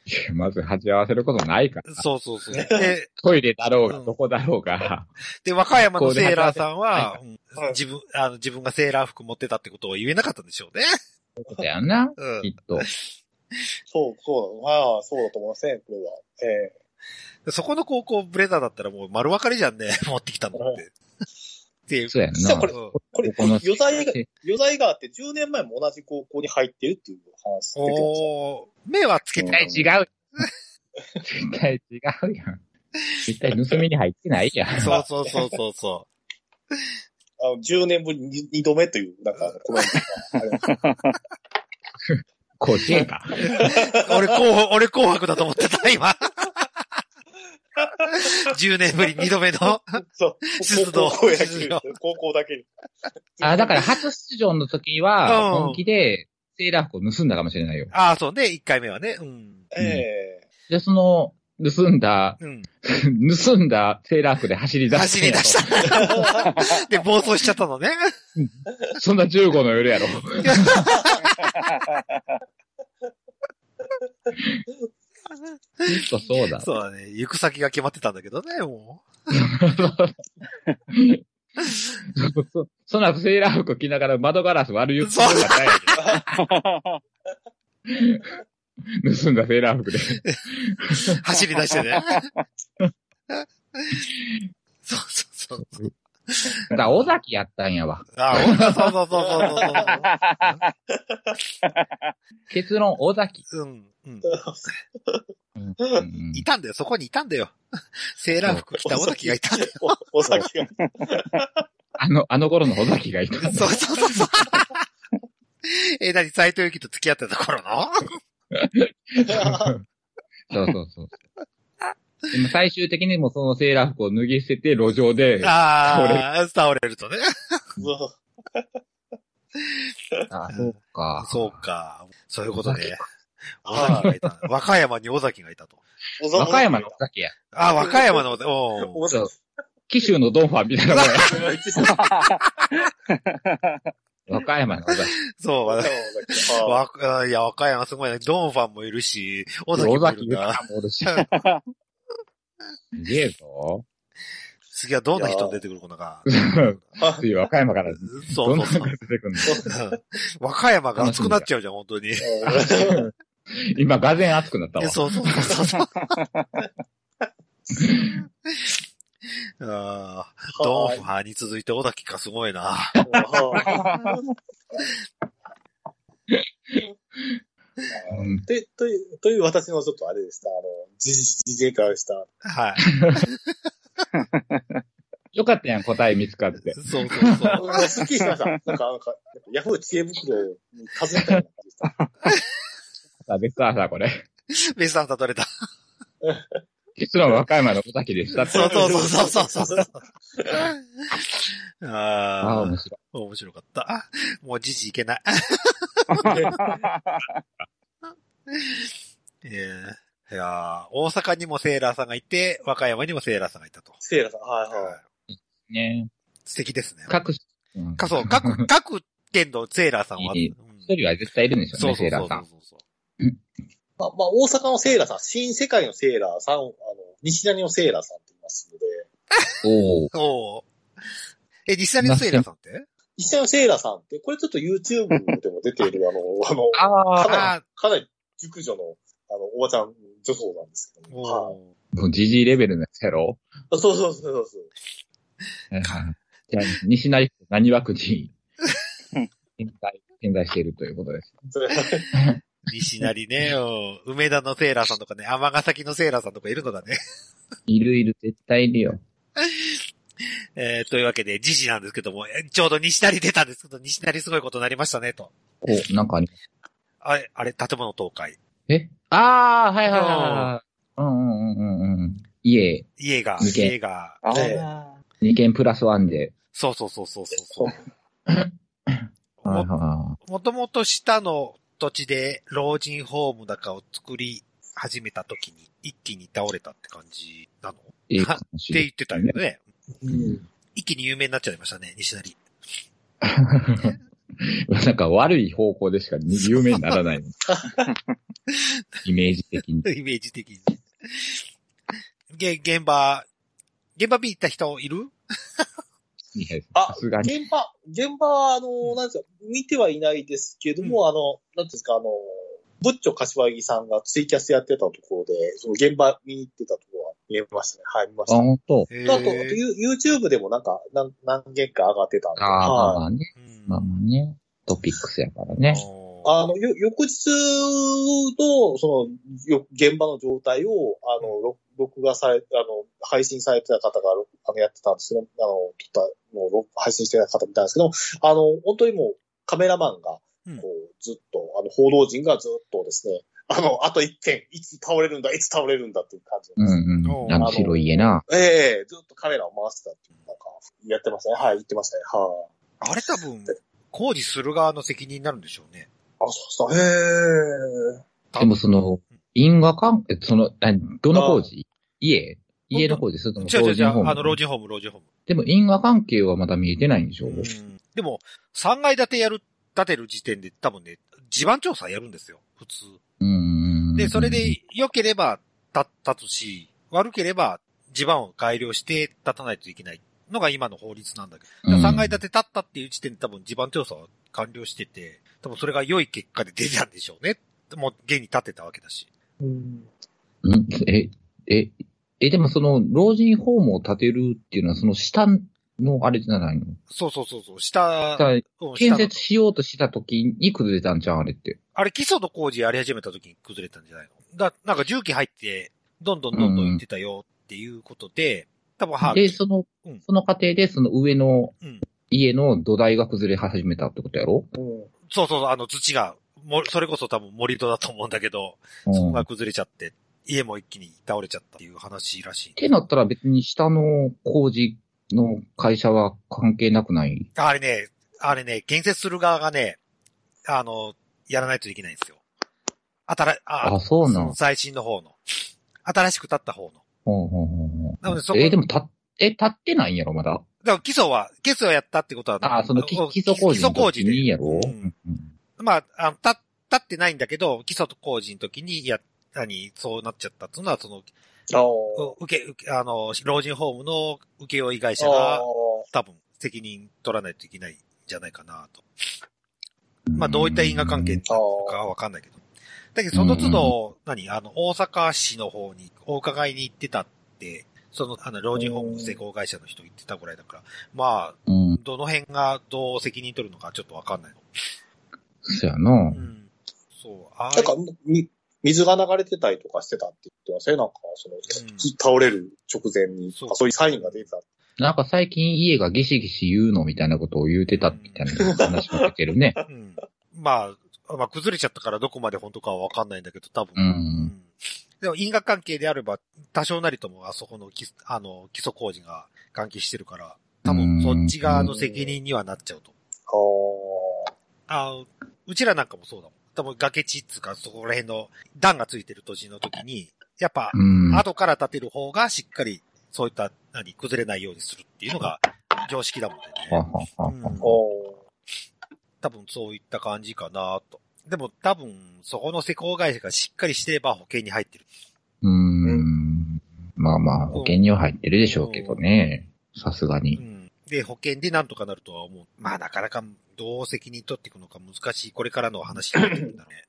Speaker 2: いや まず鉢合わせることないから。
Speaker 1: そうそうそう。で、
Speaker 2: トイレだろうが、
Speaker 1: うん
Speaker 2: どこだろうが。
Speaker 1: で、和歌山のセーラーさんは、うん
Speaker 3: はい
Speaker 1: 自分、あの、自分がセーラー服持ってたってことを言えなかったんでしょうね。
Speaker 2: そうやな。
Speaker 1: うん
Speaker 2: きっと。
Speaker 3: そう、そうだ。はい、そうだと思いますね、これは。ええ
Speaker 1: でそこの高校ブレザーだったらもう丸分かりじゃんね、持ってきたの って。っていう。
Speaker 2: そうやん
Speaker 3: 実は
Speaker 2: な
Speaker 3: こ。れ、
Speaker 1: うん
Speaker 3: これ、
Speaker 2: この
Speaker 3: 余罪が、余罪があって10年前も同じ高校に入ってるっていう話出てまし
Speaker 1: おー目はつけて
Speaker 2: 絶
Speaker 1: な
Speaker 2: 対
Speaker 1: い。
Speaker 2: 違う。絶対違うやん。絶対盗みに入ってないやん。
Speaker 1: そうそうそうそうそ
Speaker 3: た。あの、10年ぶりに2度目という、なんか、コメントがありました。
Speaker 2: こっちへか。
Speaker 1: う。俺紅白、俺紅白だと思ってた、今。10年ぶり2度目の。
Speaker 3: そう。
Speaker 1: 出動
Speaker 3: 高校野球
Speaker 1: 出動。
Speaker 3: 高校だけに。
Speaker 2: あ、だから初出場の時は、
Speaker 1: うん
Speaker 2: 本気で、セーラー服を盗んだかもしれないよ。
Speaker 1: ああ、そうね、1回目はね。うん。
Speaker 3: ええ
Speaker 2: で、その、盗んだ、
Speaker 1: うん。
Speaker 2: 盗んだセーラー服で走り出した。
Speaker 1: 走り出した。で、暴走しちゃったのね。
Speaker 2: そんな15の夜やろ。きっとそうだ。
Speaker 1: そうだね。行く先が決まってたんだけどね、も
Speaker 2: そそその後セーラー服着ながら窓ガラス割る言ってるから盗んだセーラー服で。
Speaker 1: う。走り出してね。そうそうそう。
Speaker 2: だから尾崎やったんやわ。
Speaker 1: ああ、そうそうそうそうそう
Speaker 2: 結論、尾崎。
Speaker 1: そう。うん。うん。
Speaker 2: うん
Speaker 3: ん
Speaker 1: いたんだよ。そこにいたんだよ。セーラー服着た尾崎がいたんだよ。
Speaker 3: おお酒が。
Speaker 2: あの、あの頃の尾崎がいた。
Speaker 1: そうそうそうそう。え、なに、斎藤由貴と付き合ってた頃の
Speaker 2: そうそうそう。でも最終的にもうそのセーラー服を脱ぎ捨てて路上で、
Speaker 1: ああ、倒れるとね。
Speaker 3: そう
Speaker 2: あ、そうか。
Speaker 1: そうか。そういうことね。尾
Speaker 3: 尾
Speaker 1: 崎
Speaker 3: 崎
Speaker 1: がい た。和歌山に尾崎がいたと。
Speaker 3: お酒
Speaker 2: 和歌山の尾崎や。
Speaker 1: ああ、和歌山の尾崎。お
Speaker 3: お
Speaker 1: う
Speaker 3: 酒
Speaker 2: そう。紀州のドンファンみたいなもんや。和歌山の尾崎。
Speaker 1: そう、
Speaker 3: お酒は
Speaker 1: わか、いや、和歌山すごいね。ドンファンもいるし、尾崎
Speaker 2: 尾
Speaker 1: もいる
Speaker 2: 崎
Speaker 1: ん
Speaker 2: 豊
Speaker 1: だ。
Speaker 2: もおるし。すげえぞ。
Speaker 1: 次はどんな人出てくるのか。
Speaker 3: あ
Speaker 2: 次、和歌山から、
Speaker 1: そ
Speaker 2: ど
Speaker 1: うんそ
Speaker 2: な
Speaker 1: うそう
Speaker 2: のが。出てく
Speaker 1: う
Speaker 2: る
Speaker 1: ん 和歌山が熱くなっちゃうじゃん、本当に。
Speaker 2: の今、がぜん熱くなったわ。
Speaker 1: そうそうそうそう。 ああ、ドンファーに続いて尾崎かすごいな。
Speaker 2: うん
Speaker 3: で、という、という私のちょっとあれでした。あの、じじ、じじからした。
Speaker 1: はい。
Speaker 2: よかったやん、答え見つかって。
Speaker 1: そうそう そう。
Speaker 3: すっきりしました。なんか、なんか、ヤフー知恵袋に尋ねたような感じでした。
Speaker 2: さあ、別ださ、これ。
Speaker 1: ベスさんたどれた。
Speaker 2: 結論、和歌山の尾崎でしたって。
Speaker 1: そうそうそうそうそうそう。
Speaker 2: ああ、
Speaker 1: あ
Speaker 2: 面
Speaker 1: あ、
Speaker 2: 白い。
Speaker 1: 面白かった。あもうじじいけない。ええいやー大阪にもセーラーさんがいて、和歌山にもセーラーさんがいたと。
Speaker 3: セイラさん、はい
Speaker 1: は
Speaker 3: はい
Speaker 2: ね
Speaker 1: 素敵ですね。
Speaker 2: 各、うん
Speaker 1: か、そう、 各、各県のセーラーさんは。
Speaker 2: いい
Speaker 1: うん
Speaker 2: 一人は絶対いるんでしょう
Speaker 1: そう
Speaker 2: ね、
Speaker 1: そ
Speaker 2: セ
Speaker 1: う
Speaker 2: ー
Speaker 1: そう
Speaker 2: ラーさん。
Speaker 1: そう。
Speaker 3: い。まあ、まあ、大阪のセイラさん、新世界のセイラさん、あの、西谷のセイラさんって言いますので、
Speaker 2: おお。
Speaker 1: おお。え、西成のセーラーさんって
Speaker 3: 西谷のセイラさんって、これちょっと YouTube でも出ている、あの、あの、
Speaker 2: あ
Speaker 3: か
Speaker 2: あ、
Speaker 3: なり、かなり熟女の、あの、おばちゃん女装なんですけど
Speaker 1: お
Speaker 3: も。はい
Speaker 1: お
Speaker 2: もうジジイレベルのやつやろ
Speaker 3: あそうそうそうそうそう。
Speaker 2: はいじゃあ、西成区何枠に、点在、点在しているということです。
Speaker 3: それ
Speaker 1: ー。西成ね、おー梅田のセーラーさんとかね、尼崎のセーラーさんとかいるのだね。
Speaker 2: いるいる、絶対いるよ。
Speaker 1: えーというわけで、時事なんですけども、えちょうど西成出たんですけど、西成すごいことになりましたね、と。
Speaker 2: お、なんかあります。
Speaker 1: あれ、あれ、建物倒壊。
Speaker 2: えああ、はいはいはいはい。うんうんうんうんうん。家、
Speaker 1: 家が、
Speaker 2: 二軒
Speaker 1: 家が、
Speaker 4: あ
Speaker 1: えー
Speaker 4: あ。
Speaker 2: 2件プラスワンで。
Speaker 1: そうそうそうそうそうそう。
Speaker 2: はい
Speaker 1: も
Speaker 2: はいは
Speaker 1: もともと下の土地で老人ホームだかを作り始めた時に一気に倒れたって感じなのっ
Speaker 2: い。いいかもしてれ
Speaker 1: 言ってたよね。
Speaker 3: うん。
Speaker 1: 一気に有名になっちゃいましたね、西成。
Speaker 2: ない。なんか悪い方向でしか有名になら ない。イメージ的に。
Speaker 1: イメージ的に。げ、現場、現場見に行った人いる
Speaker 2: いや
Speaker 3: あ
Speaker 2: さすがに。
Speaker 3: 現場、現場は、あの、なんですか、見てはいないですけども、あの、なんていうんですか、あの、ブッチョ柏木さんがツイキャスやってたところで、その現場見に行ってたところは見えましたね。はい、見ま
Speaker 2: あ、
Speaker 3: した。
Speaker 2: 本当。
Speaker 1: え
Speaker 3: あと、あと、ユ YouTube でもなんか、何、何件か上がってたんで。
Speaker 2: ああ、
Speaker 3: はい
Speaker 2: まあね。まあまあね。トピックスやからね。
Speaker 3: あの、よ、翌日の、その、よ、現場の状態を、あの、録録画され、あの、配信されてた方が、録あの、やってたんですけど、あの、撮ったのを録配信してた方みたいなんですけど、あの、本当にもう、カメラマンが、こう
Speaker 1: うん、
Speaker 3: ずっと、あの、報道陣がずっとですね、あの、あと一件、いつ倒れるんだ、いつ倒れるんだっていう感じ
Speaker 2: う
Speaker 3: なんです。
Speaker 2: んうん。あの白い家な。
Speaker 3: ええずっとカメラを回してたっていう、なんか、やってましたね。はい、言ってましたね。はい、
Speaker 1: あれ多分、工事する側の責任になるんでしょうね。
Speaker 3: あ。そうそう。へえ。
Speaker 1: 多
Speaker 2: で
Speaker 1: 分
Speaker 2: もその、因果関係、その、あどの工事家家の工事それとも
Speaker 1: 違う違
Speaker 2: 老
Speaker 1: う違
Speaker 2: 人ホー
Speaker 1: う、
Speaker 2: ム
Speaker 1: あの、老人ホーム、老人ホーム。
Speaker 2: でも因果関係はまだ見えてないんでしょ
Speaker 1: うんでも、3階建てやる、建てる時点で多分ね、地盤調査やるんですよ、普通。
Speaker 2: うん。
Speaker 1: で、それで良ければ立立つし、悪ければ地盤を改良して立たないといけないのが今の法律なんだけど、3階建
Speaker 2: て。
Speaker 1: て立ったっていう時点で多分地盤調査は完了してて、多分それが良い結果で出たんでしょうね。もう現に立てたわけだし。
Speaker 3: うん。
Speaker 2: うんえ、え、え、でもその、老人ホームを建てるっていうのは、その下のあれじゃないの
Speaker 1: そうそうそうそう、下、
Speaker 2: だから
Speaker 1: うん下
Speaker 2: 建
Speaker 1: の
Speaker 2: 設しようとした時に崩れたんじゃん、あれって。
Speaker 1: あれ基礎の工事やり始めた時に崩れたんじゃないのだ、なんか重機入って、どんどんどんどん行ってたよっていうことで、多分は、
Speaker 2: で、その
Speaker 1: うん、
Speaker 2: その過程で、その上の
Speaker 1: うん
Speaker 2: 家の土台が崩れ始めたってことやろ
Speaker 3: うん。
Speaker 1: そうそう、あの土が、もそれこそ多分盛り土だと思うんだけど、
Speaker 2: うん
Speaker 1: そこが崩れちゃって、家も一気に倒れちゃったっていう話らしい
Speaker 2: っ。てなったら別に下の工事の会社は関係なくない。
Speaker 1: あれね、あれね、建設する側がね、あの、やらないといけないんですよ。新、あ
Speaker 2: あ、そうなん。
Speaker 1: 最新の方の。新しく建った方の。
Speaker 2: ほうほうほうほう
Speaker 1: なのでそこ、
Speaker 2: えーでもた、え、立ってないんやろ、まだ。
Speaker 1: だから基礎は、基礎をやったってことは、
Speaker 2: あー、その基
Speaker 1: お
Speaker 2: 基礎工事の
Speaker 1: 基礎工
Speaker 2: 時
Speaker 1: 事
Speaker 2: に
Speaker 1: で。
Speaker 2: いいやろ、
Speaker 1: うん
Speaker 2: うん
Speaker 1: まあ、あの、た、立ってないんだけど、基礎工事の時に、いや、何、そうなっちゃったっていうのは、その、
Speaker 3: ああ。
Speaker 1: う受け、受け、あの、老人ホームの請負会社が
Speaker 3: あ、
Speaker 1: 多分、責任取らないといけないんじゃないかなと。まあ、どういった因果関係になるかはわかんないけど。だけど、その都度、何、あの、大阪市の方にお伺いに行ってたって、その、あの、老人ホームの施工会社の人言ってたぐらいだから、まあ、
Speaker 2: うん。うん。
Speaker 1: どの辺がどう責任取るのかちょっとわかんないの。
Speaker 2: そやな
Speaker 1: う。ん。そう、あ
Speaker 3: あ。
Speaker 1: あい
Speaker 3: なん
Speaker 1: う
Speaker 3: か、み水が流れてたりとかしてたって言ってましたよ。なんか、その、
Speaker 1: ん
Speaker 3: 倒れる直前に、
Speaker 1: そ
Speaker 3: そううそういうサインが出てた。
Speaker 2: なんか最近家がギシギシ言うのみたいなことを言うてたみたいな話も出て るね。
Speaker 1: うんまあ、まあ、崩れちゃったからどこまで本当かはわかんないんだけど、多分。
Speaker 2: うん
Speaker 1: んでも因果関係であれば、多少なりともあそこの基礎あの基礎工事が関係してるから、多分そっち側の責任にはなっちゃうと。
Speaker 3: ああ。
Speaker 1: あのうちらなんかもそうだもん。多分崖地っつうか、そこら辺の段がついてる土地の時に、やっぱ、
Speaker 2: うん。
Speaker 1: 後から建てる方がしっかり、そういった、何、崩れないようにするっていうのが常識だもんね。
Speaker 2: ははは
Speaker 1: うん
Speaker 2: は
Speaker 1: 多分そういった感じかなと。でも多分、そこの施工会社がしっかりしてれば保険に入ってる。
Speaker 2: うん。まあまあ、保険には入ってるでしょうけどね。さすが
Speaker 1: う
Speaker 2: に。
Speaker 1: ん。で、保険でなんとかなるとは思う。まあなかなかどう責任取っていくのか難しい。これからの話になってくるんだろう ね。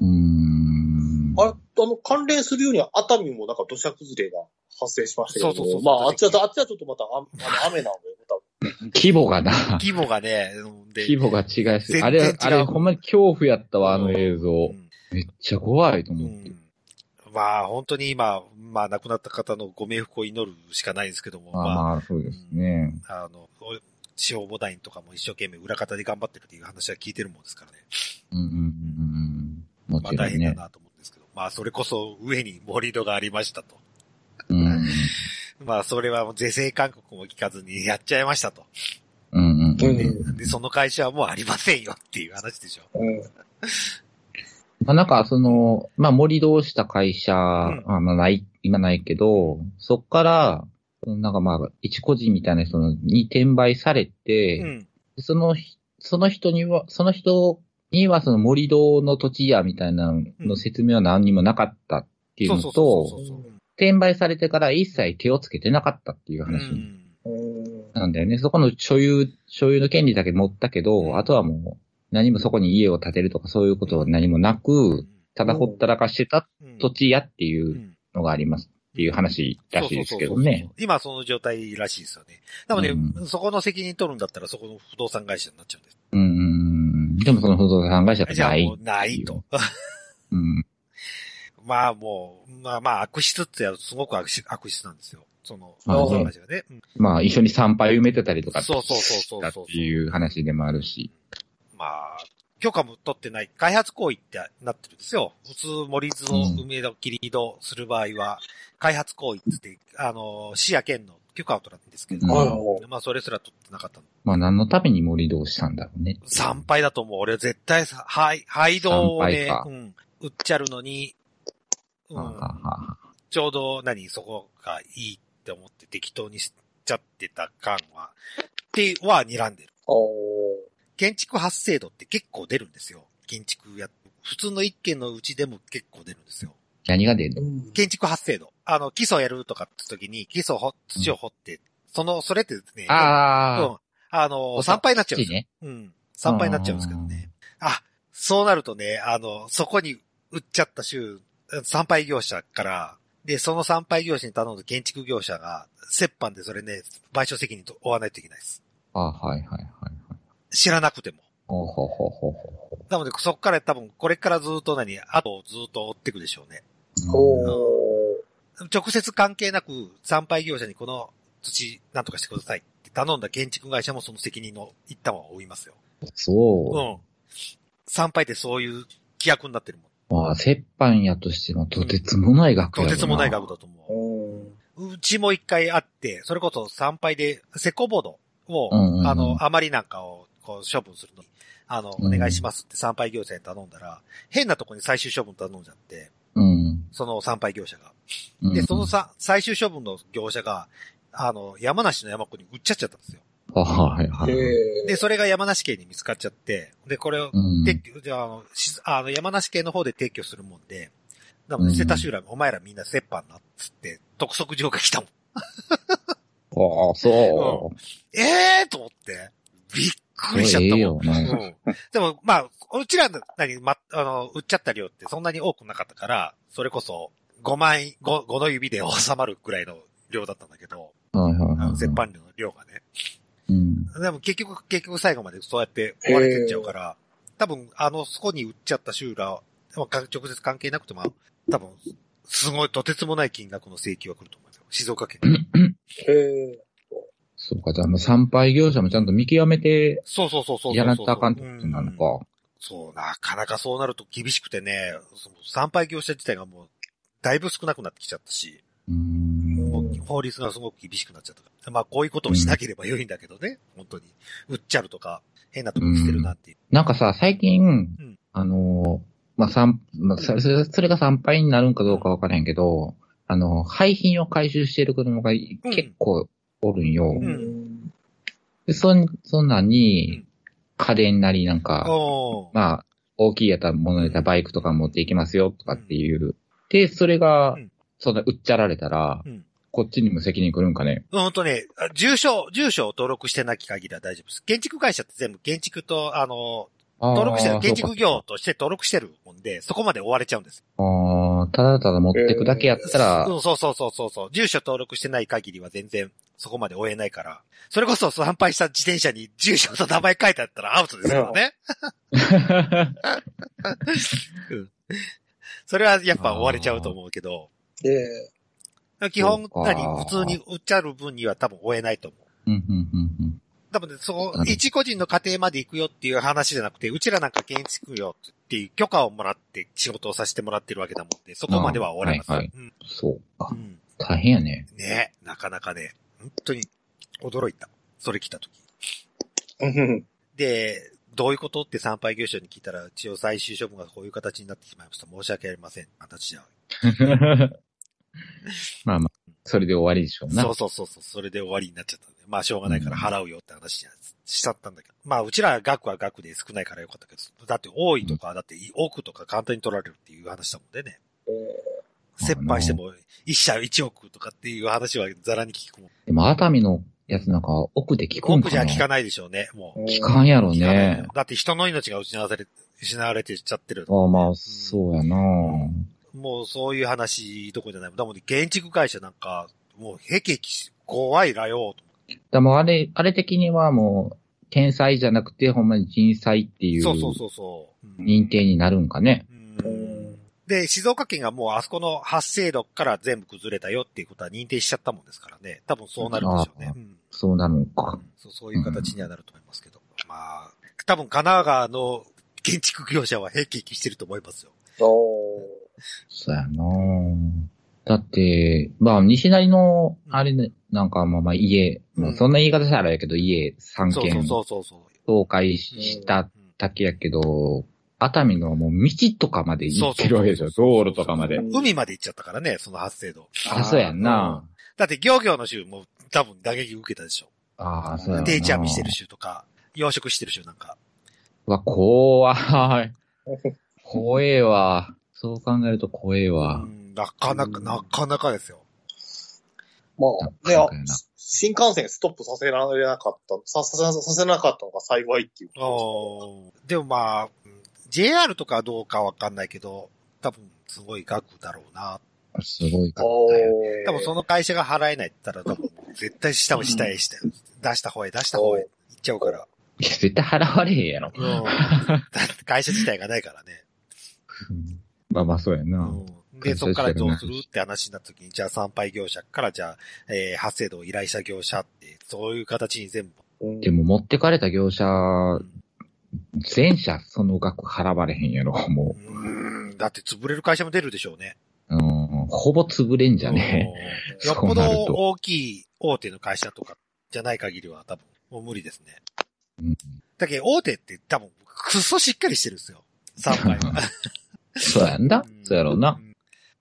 Speaker 2: うん。
Speaker 3: あれ、あの、関連するように熱海もなんか土砂崩れが発生しましたけども、
Speaker 1: そうそうそう
Speaker 3: まあ、あっちは、あっちはちょっとまた、ああの雨なので、多分。
Speaker 2: 規模がな。
Speaker 1: 規模がね、うんで、
Speaker 2: 規模が違いす
Speaker 1: 全然違
Speaker 2: ぎ
Speaker 1: う
Speaker 2: あれ、あれ、ほんまに恐怖やったわ、あの映
Speaker 1: う
Speaker 2: 像。
Speaker 1: ん。
Speaker 2: めっちゃ怖いと
Speaker 1: う
Speaker 2: 思って。
Speaker 1: ん。まあ、本当に今、まあ、亡くなった方のご冥福を祈るしかないんですけども、
Speaker 2: あ
Speaker 1: まあ、
Speaker 2: まあ、そうですね。
Speaker 1: あの、司法ボダインとかも一生懸命裏方で頑張ってるっていう話は聞いてるもんですからね。
Speaker 2: うんうんうんうん。も
Speaker 1: まあ、
Speaker 2: ちろ
Speaker 1: 大
Speaker 2: ん
Speaker 1: 変だ
Speaker 2: ね。
Speaker 1: なと思うんですけど、まあ、それこそ上に盛り土がありましたと。
Speaker 2: うんうん
Speaker 1: まあ、それはもう是正勧告も聞かずにやっちゃいましたと。
Speaker 2: うんうん。
Speaker 1: で、その会社はもうありませんよっていう話でしょ。
Speaker 3: うん。
Speaker 2: まあなんか、その、まあ盛り土をした会社、あまあない、今ないけど、そっから、なんかまあ、一個人みたいな人に転売されて、
Speaker 1: うん。
Speaker 2: そのひ、その人には、その人にはその森道の土地やみたいなの説明は何にもなかったっていう
Speaker 1: そう
Speaker 2: の
Speaker 1: そう
Speaker 2: と、
Speaker 1: そうそう。
Speaker 2: 転売されてから一切手をつけてなかったっていう
Speaker 1: う
Speaker 2: 話
Speaker 1: ん。
Speaker 3: うん。
Speaker 2: なんだよね。そこの所有、所有の権利だけ持ったけど、
Speaker 1: うん
Speaker 2: あとはもう何もそこに家を建てるとかそういうことは何もなく、ただほったらかしてた
Speaker 1: うん
Speaker 2: 土地やっていううんのがありますっていう話らしいですけどね。。
Speaker 1: 今その状態らしいですよね。なので、
Speaker 2: う
Speaker 1: そこの責任取るんだったらそこの不動産会社になっちゃうんです。
Speaker 2: うんうんうん。でもその不動産会社が
Speaker 1: じゃあ
Speaker 2: ない。
Speaker 1: もうないと。
Speaker 2: うん。
Speaker 1: まあもう、まあまあ悪質ってやるとすごく悪質悪質なんですよ。その、不
Speaker 2: まあね
Speaker 1: 動産会社がね。うん
Speaker 2: まあ、一緒に参拝を埋めてたりとか、
Speaker 1: そうそうそうそう
Speaker 2: だ
Speaker 1: そ
Speaker 2: っ
Speaker 1: う
Speaker 2: ていう話でもあるし。
Speaker 1: まあ、許可も取ってない開発行為ってなってるんですよ。普通、森津を梅戸、切り戸する場合は、開発行為って言って、あの、市や県の許可を取らないんですけど、
Speaker 2: うん
Speaker 3: はいはい
Speaker 1: まあ、それすら取ってなかったの。
Speaker 2: まあ、何のために盛り土をしたんだろうね。
Speaker 1: 参拝だと思う。俺は絶対さ、はい、廃道を
Speaker 2: 参拝
Speaker 1: ね
Speaker 2: か、
Speaker 1: うん、売っちゃるのに、う
Speaker 2: はあ
Speaker 1: ん
Speaker 2: は、あはあ
Speaker 1: ちょうど何、そこがいいって思って適当にしちゃってた感は、っては睨んでる。
Speaker 3: あー
Speaker 1: 建築発生度って結構出るんですよ。建築や、普通の一軒のうちでも結構出るんですよ。
Speaker 2: 何が出るの
Speaker 3: うん
Speaker 1: 建築発生度。あの、基礎やるとかって時に、基礎を掘土を掘って、その、それってですね、う
Speaker 2: あ
Speaker 1: ん、あの、参拝になっちゃ
Speaker 2: あ、
Speaker 1: うんですよ。
Speaker 2: ね。
Speaker 1: うん。参拝になっちゃうんですけどね。あ、そうなるとね、あの、そこに売っちゃった州、参拝業者から、で、その参拝業者に頼んだ建築業者が、折半でそれね、賠償責任と負わないといけないです。
Speaker 2: ああ、はいはいはいはい。
Speaker 1: 知らなくても。
Speaker 2: ほうほうほうほうほ
Speaker 1: なので、そこから多分、これからずっと何、後をずっと追っていくでしょうね。
Speaker 2: う。
Speaker 3: おー
Speaker 1: 直接関係なく、参拝業者にこの土、なんとかしてくださいって頼んだ建築会社もその責任の一端は負いますよ。う
Speaker 2: そ
Speaker 1: ん。参拝ってそういう規約になってるもん。
Speaker 2: う。まあ、折半やとしてはとてつもない額
Speaker 1: と
Speaker 2: やろな
Speaker 1: てつもない額だと思
Speaker 3: うん。
Speaker 1: う。うちも一回あって、それこそ参拝で、セコボードを、
Speaker 2: うんうんうん
Speaker 1: あの、余りなんかをこう処分するのに、あの、
Speaker 2: う
Speaker 1: お
Speaker 2: ん
Speaker 1: 願いしますって参拝業者に頼んだら、変なとこに最終処分頼んじゃって、
Speaker 2: うん。
Speaker 1: その参拝業者が。
Speaker 2: うん
Speaker 1: で、その、さ、最終処分の業者が、あの、山梨の山子に売っちゃっちゃったんですよ。
Speaker 2: あはいはい。
Speaker 3: ええ。
Speaker 1: で、それが山梨県に見つかっちゃって、で、これを
Speaker 2: うん
Speaker 1: 撤去、じゃあ、あの、しあの山梨県の方で撤去するもんで、なので、
Speaker 2: うん
Speaker 1: 瀬田集落、お前らみんな折半な、っつって、督促状が来たもん。
Speaker 2: ああ、そ
Speaker 1: ええー、と思って、びっ
Speaker 2: う。
Speaker 1: くりしちゃった
Speaker 2: ええ
Speaker 1: もん。
Speaker 2: よな。
Speaker 1: うん、でも、まあ、うちらの、何、ま、あの、売っちゃった量ってそんなに多くなかったから、それこそ、5枚、5、5の指で収まるくらいの量だったんだけど、
Speaker 2: はいはい
Speaker 1: あ
Speaker 2: は
Speaker 1: の、
Speaker 2: い。
Speaker 1: 折半量の量がね。
Speaker 2: うん。
Speaker 1: でも結局、結局最後までそうやって追われてっちゃうから、多分、あの、そこに売っちゃったシューラーは、か直接関係なくても、多分、すごい、とてつもない金額の請求が来ると思いますよ。静岡県。
Speaker 3: ええ。
Speaker 2: そうか、じゃあもう参拝業者もちゃんと見極めて
Speaker 1: そうそうそうそうそうそう。
Speaker 2: やらなきゃあかんってことなの
Speaker 1: うん
Speaker 2: か。
Speaker 1: そう、なかなかそうなると厳しくてね、その参拝業者自体がもう、だいぶ少なくなってきちゃったし、
Speaker 2: うーん。
Speaker 1: も
Speaker 3: う
Speaker 1: うん法律がすごく厳しくなっちゃったから。まあ、こういうことをしなければ良いんだけどね、本当に。売っちゃるとか、変なとこに捨てるなんていう。
Speaker 2: なんかさ、最近、
Speaker 1: ん
Speaker 2: あのー、まあ、参、まあ、それ、それそれが参拝になるんかどうかわからへんけど、あの、廃品を回収してる子供がい
Speaker 1: うん
Speaker 2: 結構おるんよ。
Speaker 1: うん
Speaker 3: うん。
Speaker 2: で、そん、そんなん
Speaker 1: う
Speaker 2: に
Speaker 1: ん、
Speaker 2: 家電なりなん
Speaker 1: あ
Speaker 2: か、
Speaker 1: おー
Speaker 2: まあ、大きいやったら物やったらバイクとか持っていきますよとかっていう。で、それが
Speaker 1: うん、
Speaker 2: そんな、売っちゃられたら、
Speaker 1: うん
Speaker 2: こっちにも責任来るんかね。
Speaker 1: うんとね、あ住所、住所を登録してなき限りは大丈夫です。建築会社って全部建築と、あの、登
Speaker 2: 登
Speaker 1: 録してる、建築業として登録してるもんで、そこまで追われちゃうんです。
Speaker 2: ああ、ただただ持ってくだけやったら、
Speaker 1: うん、そうそうそうそうそう。住所登録してない限りは全然そこまで追えないから。それこそ参拝した自転車に住所と名前書いてあったらアウトですからね。それはやっぱ追われちゃうと思うけど、
Speaker 3: で、
Speaker 1: 基本、
Speaker 2: そうか
Speaker 1: 何、普通に売っちゃう分には多分追えないと思う。
Speaker 2: うん、うん、うん、うん。
Speaker 1: 多分ね、そ
Speaker 2: うん
Speaker 1: う、一個人の家庭まで行くよっていう話じゃなくて、うちらなんか建築よっていう許可をもらって仕事をさせてもらってるわけだもんで、そこまでは終わります。
Speaker 2: はいはい
Speaker 1: うん
Speaker 2: そう
Speaker 1: う
Speaker 2: か。
Speaker 1: ん
Speaker 2: 大変 やね。
Speaker 1: ねえ、なかなかね、本当に驚いた。それ来た時。
Speaker 3: うん
Speaker 1: で、どういうことって参拝業者に聞いたら、一応最終処分がこういう形になってしまいました。申し訳ありません。形じゃ。
Speaker 2: まあまあ、それで終わりでしょうな。
Speaker 1: そうそうそうそう、それで終わりになっちゃったんで。まあ、しょうがないから払うよって話じゃしちゃったんだけど。まあ、うちらは額は額で少ないからよかったけど、だって多いとか、だって億とか簡単に取られるっていう話だもんでね。
Speaker 3: え
Speaker 1: 折半しても一社一億とかっていう話はザラに聞くもん。
Speaker 2: でも、熱海のやつなんか奥で聞くん
Speaker 1: 億
Speaker 2: か
Speaker 1: じ
Speaker 2: な
Speaker 1: ゃ聞かないでしょうね、もう。
Speaker 2: 聞
Speaker 3: ー
Speaker 2: かんやろ
Speaker 1: 聞かないの
Speaker 2: ね
Speaker 1: よ。だって人の命が失わされ、失われてちゃってる。
Speaker 2: ああまあ、そうやな、
Speaker 1: もうそういう話どころじゃない。だもんね、建築会社なんか、もうヘキヘキし、怖いらよ、と
Speaker 2: でもあれ、あれ的にはもう、天才じゃなくて、ほんまに人災っていう
Speaker 1: そうそうそうそう。うん
Speaker 2: 認定になるんかね。
Speaker 1: う
Speaker 3: うんん
Speaker 1: で、静岡県がもうあそこの発生度から全部崩れたよっていうことは認定しちゃったもんですからね。多分そうなるんでしょうね
Speaker 2: あ。
Speaker 1: うん
Speaker 2: そうなるのか。
Speaker 1: そうそういう形にはなると思いますけど。まあ、多分神奈川の建築業者は平気してると思いますよ。
Speaker 3: お
Speaker 2: そうやなだって、まあ、西成の、あれね、なんか、まあまあ、家、
Speaker 1: うん
Speaker 2: まあそんな言い方したらあれやけど、家3
Speaker 1: そうそう
Speaker 2: 軒、
Speaker 1: そうそうそう。
Speaker 2: 倒壊した
Speaker 1: うん
Speaker 2: だけやけど、熱海のはもう道とかまで行ってるわけでし
Speaker 1: そうそ
Speaker 2: ょ、
Speaker 1: うそう
Speaker 2: 道路とかまで。
Speaker 1: 海まで行っちゃったからね、その発生度。
Speaker 2: あ、そうやんな
Speaker 1: だって漁業の州も多分打撃受けたでしょ。
Speaker 2: ああ、そうやんな
Speaker 1: 定置網してる州とか、養殖してる州なんか。
Speaker 2: うわ、怖い。怖えわ。そう考えると怖え
Speaker 1: う
Speaker 2: わ。
Speaker 1: ん、なかなか、
Speaker 3: うん
Speaker 1: なかなかですよ。
Speaker 2: なん
Speaker 3: ーまあ、ね、あ
Speaker 2: かやな
Speaker 3: 新幹線ストップさせられなかった、ささせさせなかったのが幸いっていう。
Speaker 1: おーでもまあ、うん JR とかどうかわかんないけど、多分すごい額だろうな。
Speaker 2: すごいか。
Speaker 3: お
Speaker 1: 多分その会社が払えないって言ったら多分絶対下も下へして、出した方へ出した方へ行っちゃうから。
Speaker 2: いや、絶対払われへんやろ。
Speaker 1: うん。 だって会社自体がないからね。
Speaker 2: まあまあ、そうやな。
Speaker 1: うんで、そこからどうするって話になった時に、じゃあ参拝業者から、じゃあ、えー、発生度を依頼した業者って、そういう形に全部。
Speaker 3: うん
Speaker 2: でも、持ってかれた業者、全社その額払われへんやろ、も
Speaker 1: うん、だって潰れる会社も出るでしょうね。
Speaker 2: う。うん、ほぼ潰れんじゃね
Speaker 1: うんよっ
Speaker 2: そ
Speaker 1: ぽ
Speaker 2: うなる
Speaker 1: ど
Speaker 2: と
Speaker 1: 大きい大手の会社とかじゃない限りは多分、もう無理ですね。
Speaker 2: うん
Speaker 1: だけど大手って多分、クソしっかりしてるんですよ。参拝は。
Speaker 2: え。 そうやんな。そうやろうな。
Speaker 1: ん。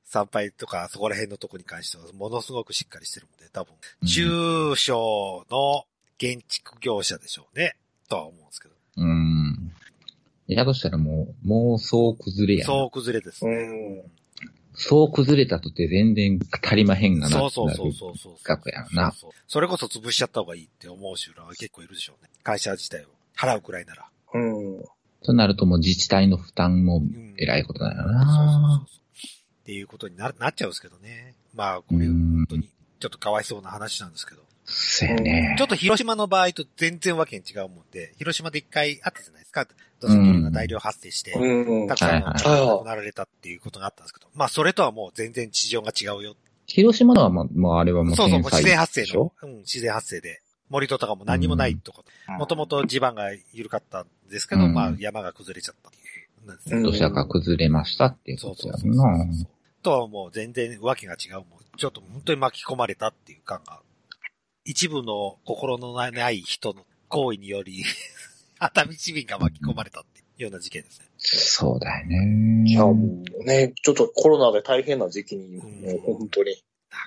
Speaker 1: 参拝とか、そこら辺のとこに関しては、ものすごくしっかりしてるので、多分、
Speaker 2: うん
Speaker 1: 中小の建築業者でしょうね、とは思うんですけど。
Speaker 2: うん。いや、としたらもう、もうそう崩れやな。
Speaker 1: そう崩れですね。
Speaker 2: そう崩れたとて全然足りまへんがな。
Speaker 1: そうそうそうそうそう。
Speaker 2: 額やな
Speaker 1: そうそう。それこそ潰しちゃった方がいいって思う人は結構いるでしょうね。会社自体を払うくらいなら。
Speaker 3: うん。うん
Speaker 2: となるともう自治体の負担も
Speaker 1: うん
Speaker 2: 偉いことだよ
Speaker 1: そう
Speaker 2: な。
Speaker 1: そうそうそうっていうことにななっちゃうんですけどね。まあ、これ、本当に、ちょっとかわいそうな話なんですけど。
Speaker 2: そうやね
Speaker 1: ちょ。っと広島の場合と全然わけに違うもんで、広島で一回あったじゃないですか。土石流が大量発生して、
Speaker 3: うん。
Speaker 1: たくさんの
Speaker 2: はい
Speaker 1: 方
Speaker 3: はい
Speaker 1: が亡くなられたっていうことがあったんですけど、まあそれとはもう全然地上が違うよ。
Speaker 2: 広島のはまあ、まあ、あれはもう
Speaker 1: そうそう、
Speaker 2: 天
Speaker 1: もう
Speaker 2: 才
Speaker 1: 自然発
Speaker 2: で
Speaker 1: 生
Speaker 2: しょ
Speaker 1: の。うん、自然発生で。森戸とかも何もないとこ。もともと地盤が緩かったんですけど、
Speaker 2: うん
Speaker 1: まあ山が崩れちゃったっていう。なんですね
Speaker 3: うん
Speaker 2: 土砂が崩れましたっていう
Speaker 1: そ
Speaker 2: こ
Speaker 1: う
Speaker 2: と
Speaker 1: そう
Speaker 2: や
Speaker 1: そうそ
Speaker 2: な
Speaker 1: う。。とはもう全然わけが違う。もうちょっと本当に巻き込まれたっていう感が。一部の心のない人の行為により、 熱海市民が巻き込まれたっていうような事件ですね。
Speaker 2: そうだよね。
Speaker 3: じゃあもうね、ちょっとコロナで大変な時期に、
Speaker 1: うん
Speaker 3: もう本当に。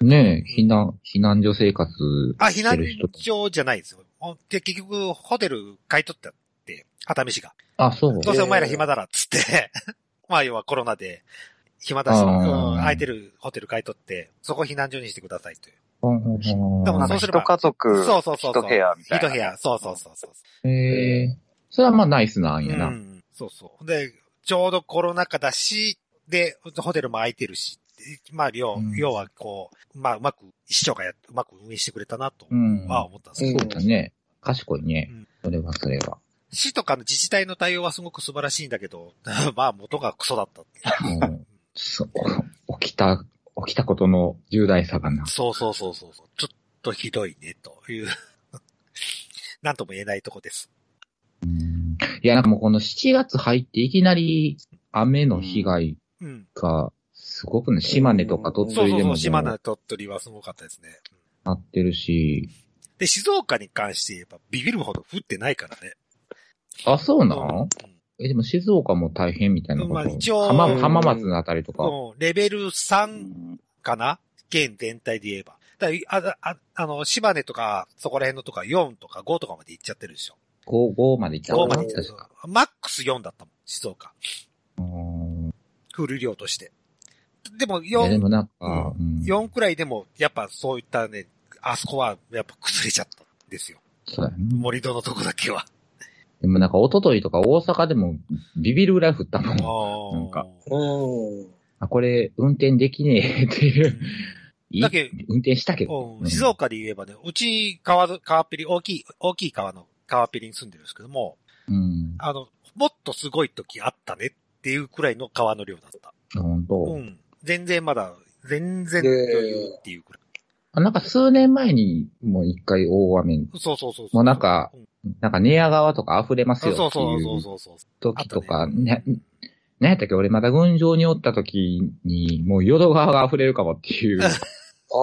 Speaker 2: ねえ、避難、避難所生活
Speaker 1: あ、
Speaker 2: し
Speaker 1: 避
Speaker 2: て
Speaker 1: 難
Speaker 2: る人。
Speaker 1: 所じゃないですよ。ほんで、結局、ホテル買い取ったって、熱海市が。
Speaker 2: あ、そう。
Speaker 1: どうせお前ら暇だらっつって、 まあ要はコロナで、暇だし、う
Speaker 2: あー
Speaker 1: ん、空いてるホテル買い取って、そこ避難所にしてくださいという。でも
Speaker 4: な
Speaker 1: なんそ
Speaker 4: か
Speaker 1: うすれ
Speaker 4: 一
Speaker 1: ば
Speaker 4: 家族、
Speaker 1: そうそうそうそう
Speaker 4: 一部屋みたい
Speaker 1: 一
Speaker 4: な。
Speaker 1: 部屋、そうそうそうそう。
Speaker 2: ええ。それはまあ、ナイスなんや
Speaker 1: う
Speaker 2: な。
Speaker 1: ん、そうそう。で、ちょうどコロナ禍だし、で、ホテルも空いてるし、まあ、要,、
Speaker 2: うん
Speaker 1: 要はこう、まあ、うまく、市長がやっうまく運営してくれたなと
Speaker 2: うん。
Speaker 1: は思ったんですけ
Speaker 2: そ
Speaker 1: ど、
Speaker 2: うだね。賢いね
Speaker 1: うん。
Speaker 2: それはそれは。
Speaker 1: 市とかの自治体の対応はすごく素晴らしいんだけど、まあ、元がクソだったっていう
Speaker 2: うんそう、起きた、起きたことの重大さがな。
Speaker 1: そうそうそうそうそう。ちょっとひどいね、という。 なんとも言えないとこです。
Speaker 2: うんいや、なんかもうこの7月入っていきなり雨の被害
Speaker 1: うん。
Speaker 2: がすごくね、島根とか鳥
Speaker 1: そう
Speaker 2: 取
Speaker 1: そう
Speaker 2: で
Speaker 1: そ
Speaker 2: も
Speaker 1: う、島根
Speaker 2: な
Speaker 1: 鳥取はすごかったですね。うん
Speaker 2: ってるし、
Speaker 1: で、静岡に関して言えば、ビビるほど降ってないからね。
Speaker 2: あ、そうな
Speaker 1: うん
Speaker 2: え、でも静岡も大変みたいなこと。
Speaker 1: まあ一応
Speaker 2: 浜浜松のあたりとか。
Speaker 1: うんレベル
Speaker 4: う
Speaker 1: 3
Speaker 4: ん
Speaker 1: かな県全体で言えば。だからあああの、島根とか、そこら辺のとか、4とか5とかまで行っちゃってるでしょ。
Speaker 2: 5、5まで行った
Speaker 1: 5
Speaker 2: の
Speaker 1: ま
Speaker 2: か
Speaker 1: で
Speaker 2: な
Speaker 1: 行っちゃって
Speaker 2: 確
Speaker 1: る
Speaker 2: か。。
Speaker 1: マックス4だったもん、静岡。降る量として。でも
Speaker 2: いや、で
Speaker 1: 4、
Speaker 2: もなんか、うん
Speaker 1: 4くらいでも、やっぱそういったね、あそこはやっぱ崩れちゃったんですよ。
Speaker 2: そうやね。
Speaker 1: 森戸のとこだけは。
Speaker 2: でもなんか、一昨日とか大阪でもビビるぐらい降ったもん。
Speaker 1: なん
Speaker 2: か。
Speaker 3: うん。
Speaker 2: あ、これ、運転できねえ っていう。いい
Speaker 1: だけ
Speaker 2: 運転したけど
Speaker 1: う。ん静岡で言えばね、うち川の、川っぺり、大きい、大きい川の川っぺりに住んでるんですけども、
Speaker 2: うん。
Speaker 1: あの、もっとすごい時あったねっていうくらいの川の量だった。
Speaker 2: あ本
Speaker 1: う
Speaker 2: 当。
Speaker 1: ん。全然まだ、全然余裕っていうくらい。
Speaker 2: あなんか数年前にもう一回大雨、
Speaker 1: そうそうそうそう。
Speaker 2: もうなんか
Speaker 1: うん、
Speaker 2: なんか寝屋川とか溢れます
Speaker 1: そう
Speaker 2: よ
Speaker 1: そう
Speaker 2: って
Speaker 1: そう
Speaker 2: い
Speaker 1: そう
Speaker 2: う
Speaker 1: そうそう。あ
Speaker 2: 時
Speaker 1: と
Speaker 2: とか、
Speaker 1: ね
Speaker 2: ね、なんやったっけ俺まだ群青におった時に、もう淀川が溢れるかもって いう、
Speaker 3: ああ。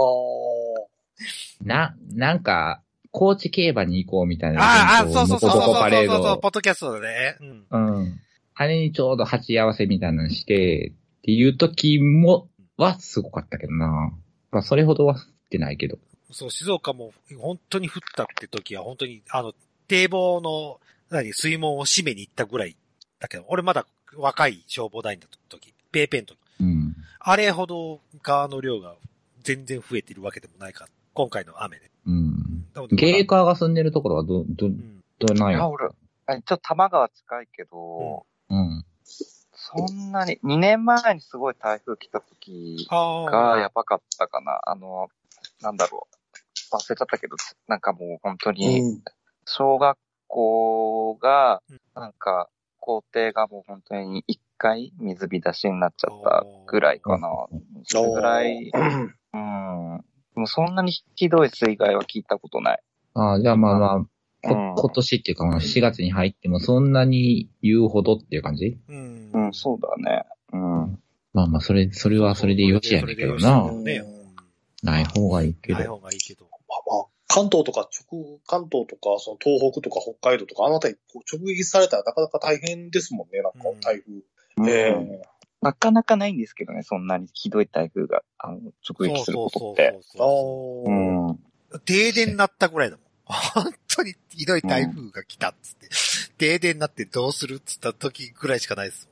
Speaker 2: な、なんか、高知競馬に行こうみたいな。
Speaker 1: ああ、そうそうそうそう
Speaker 2: ボコボコ
Speaker 1: そ
Speaker 2: パ
Speaker 1: うそ
Speaker 2: レ
Speaker 1: う
Speaker 2: ード
Speaker 1: そう、ポッドキャストだね。うん。
Speaker 2: うん。あれにちょうど鉢合わせみたいなのして、っていう時も、はすごかったけどな。まあ、それほどは降ってないけど。
Speaker 1: そう、静岡も本当に降ったって時は本当に、あの、堤防の、何、水門を閉めに行ったぐらいだけど、俺まだ若い消防団員だった時、ペーペンの時、
Speaker 2: うん。
Speaker 1: あれほど川の量が全然増えてるわけでもないから、今回の雨で。
Speaker 2: うん。
Speaker 1: なので
Speaker 2: ゲーカーが住んでるところはど、ど、
Speaker 1: うん
Speaker 2: どないい
Speaker 4: や、
Speaker 2: の
Speaker 4: 俺、あちょっと多摩川近いけど、
Speaker 2: うん。
Speaker 4: そんなに、2年前にすごい台風来た時が
Speaker 1: あ
Speaker 4: やばかったかな。あの、なんだろう。忘れちゃったけど、なんかもう本当に、
Speaker 3: うん
Speaker 4: 小学校が
Speaker 1: うん、
Speaker 4: なんか、校庭がもう本当に1回水浸しになっちゃった
Speaker 1: おー
Speaker 4: ぐらいかな。それぐらい、うん。でもそんなにひどい水害は聞いたことない。
Speaker 2: ああ、じゃあまあまあ、
Speaker 4: うん
Speaker 2: こ今年っていうか、まあ4月に入ってもそんなに言うほどっていう感じ
Speaker 1: あ、うん
Speaker 4: うん、そうだね。うん。
Speaker 2: まあまあ、それ、それはそれでよしやねんけどな
Speaker 1: そ。れでよしだけどね
Speaker 2: ない方がいいけ
Speaker 1: ない
Speaker 2: ど。
Speaker 1: 方がいいけど。
Speaker 3: まあまあ、関東とか直、関東とか、その東北とか北海道とか、あなたにこう直撃されたらなかなか大変ですもんね、なんか
Speaker 1: うん
Speaker 3: 台風。
Speaker 4: うん
Speaker 3: え
Speaker 4: なかなかないんですけどね、そんなにひどい台風が、あの、直撃することって。
Speaker 1: そう
Speaker 3: え
Speaker 4: う
Speaker 1: そう。
Speaker 4: ん。
Speaker 1: 停電になったぐらいだもん。 本当にひどい台風が来たっつって、停電になってどうするっつった時ぐらいしかないです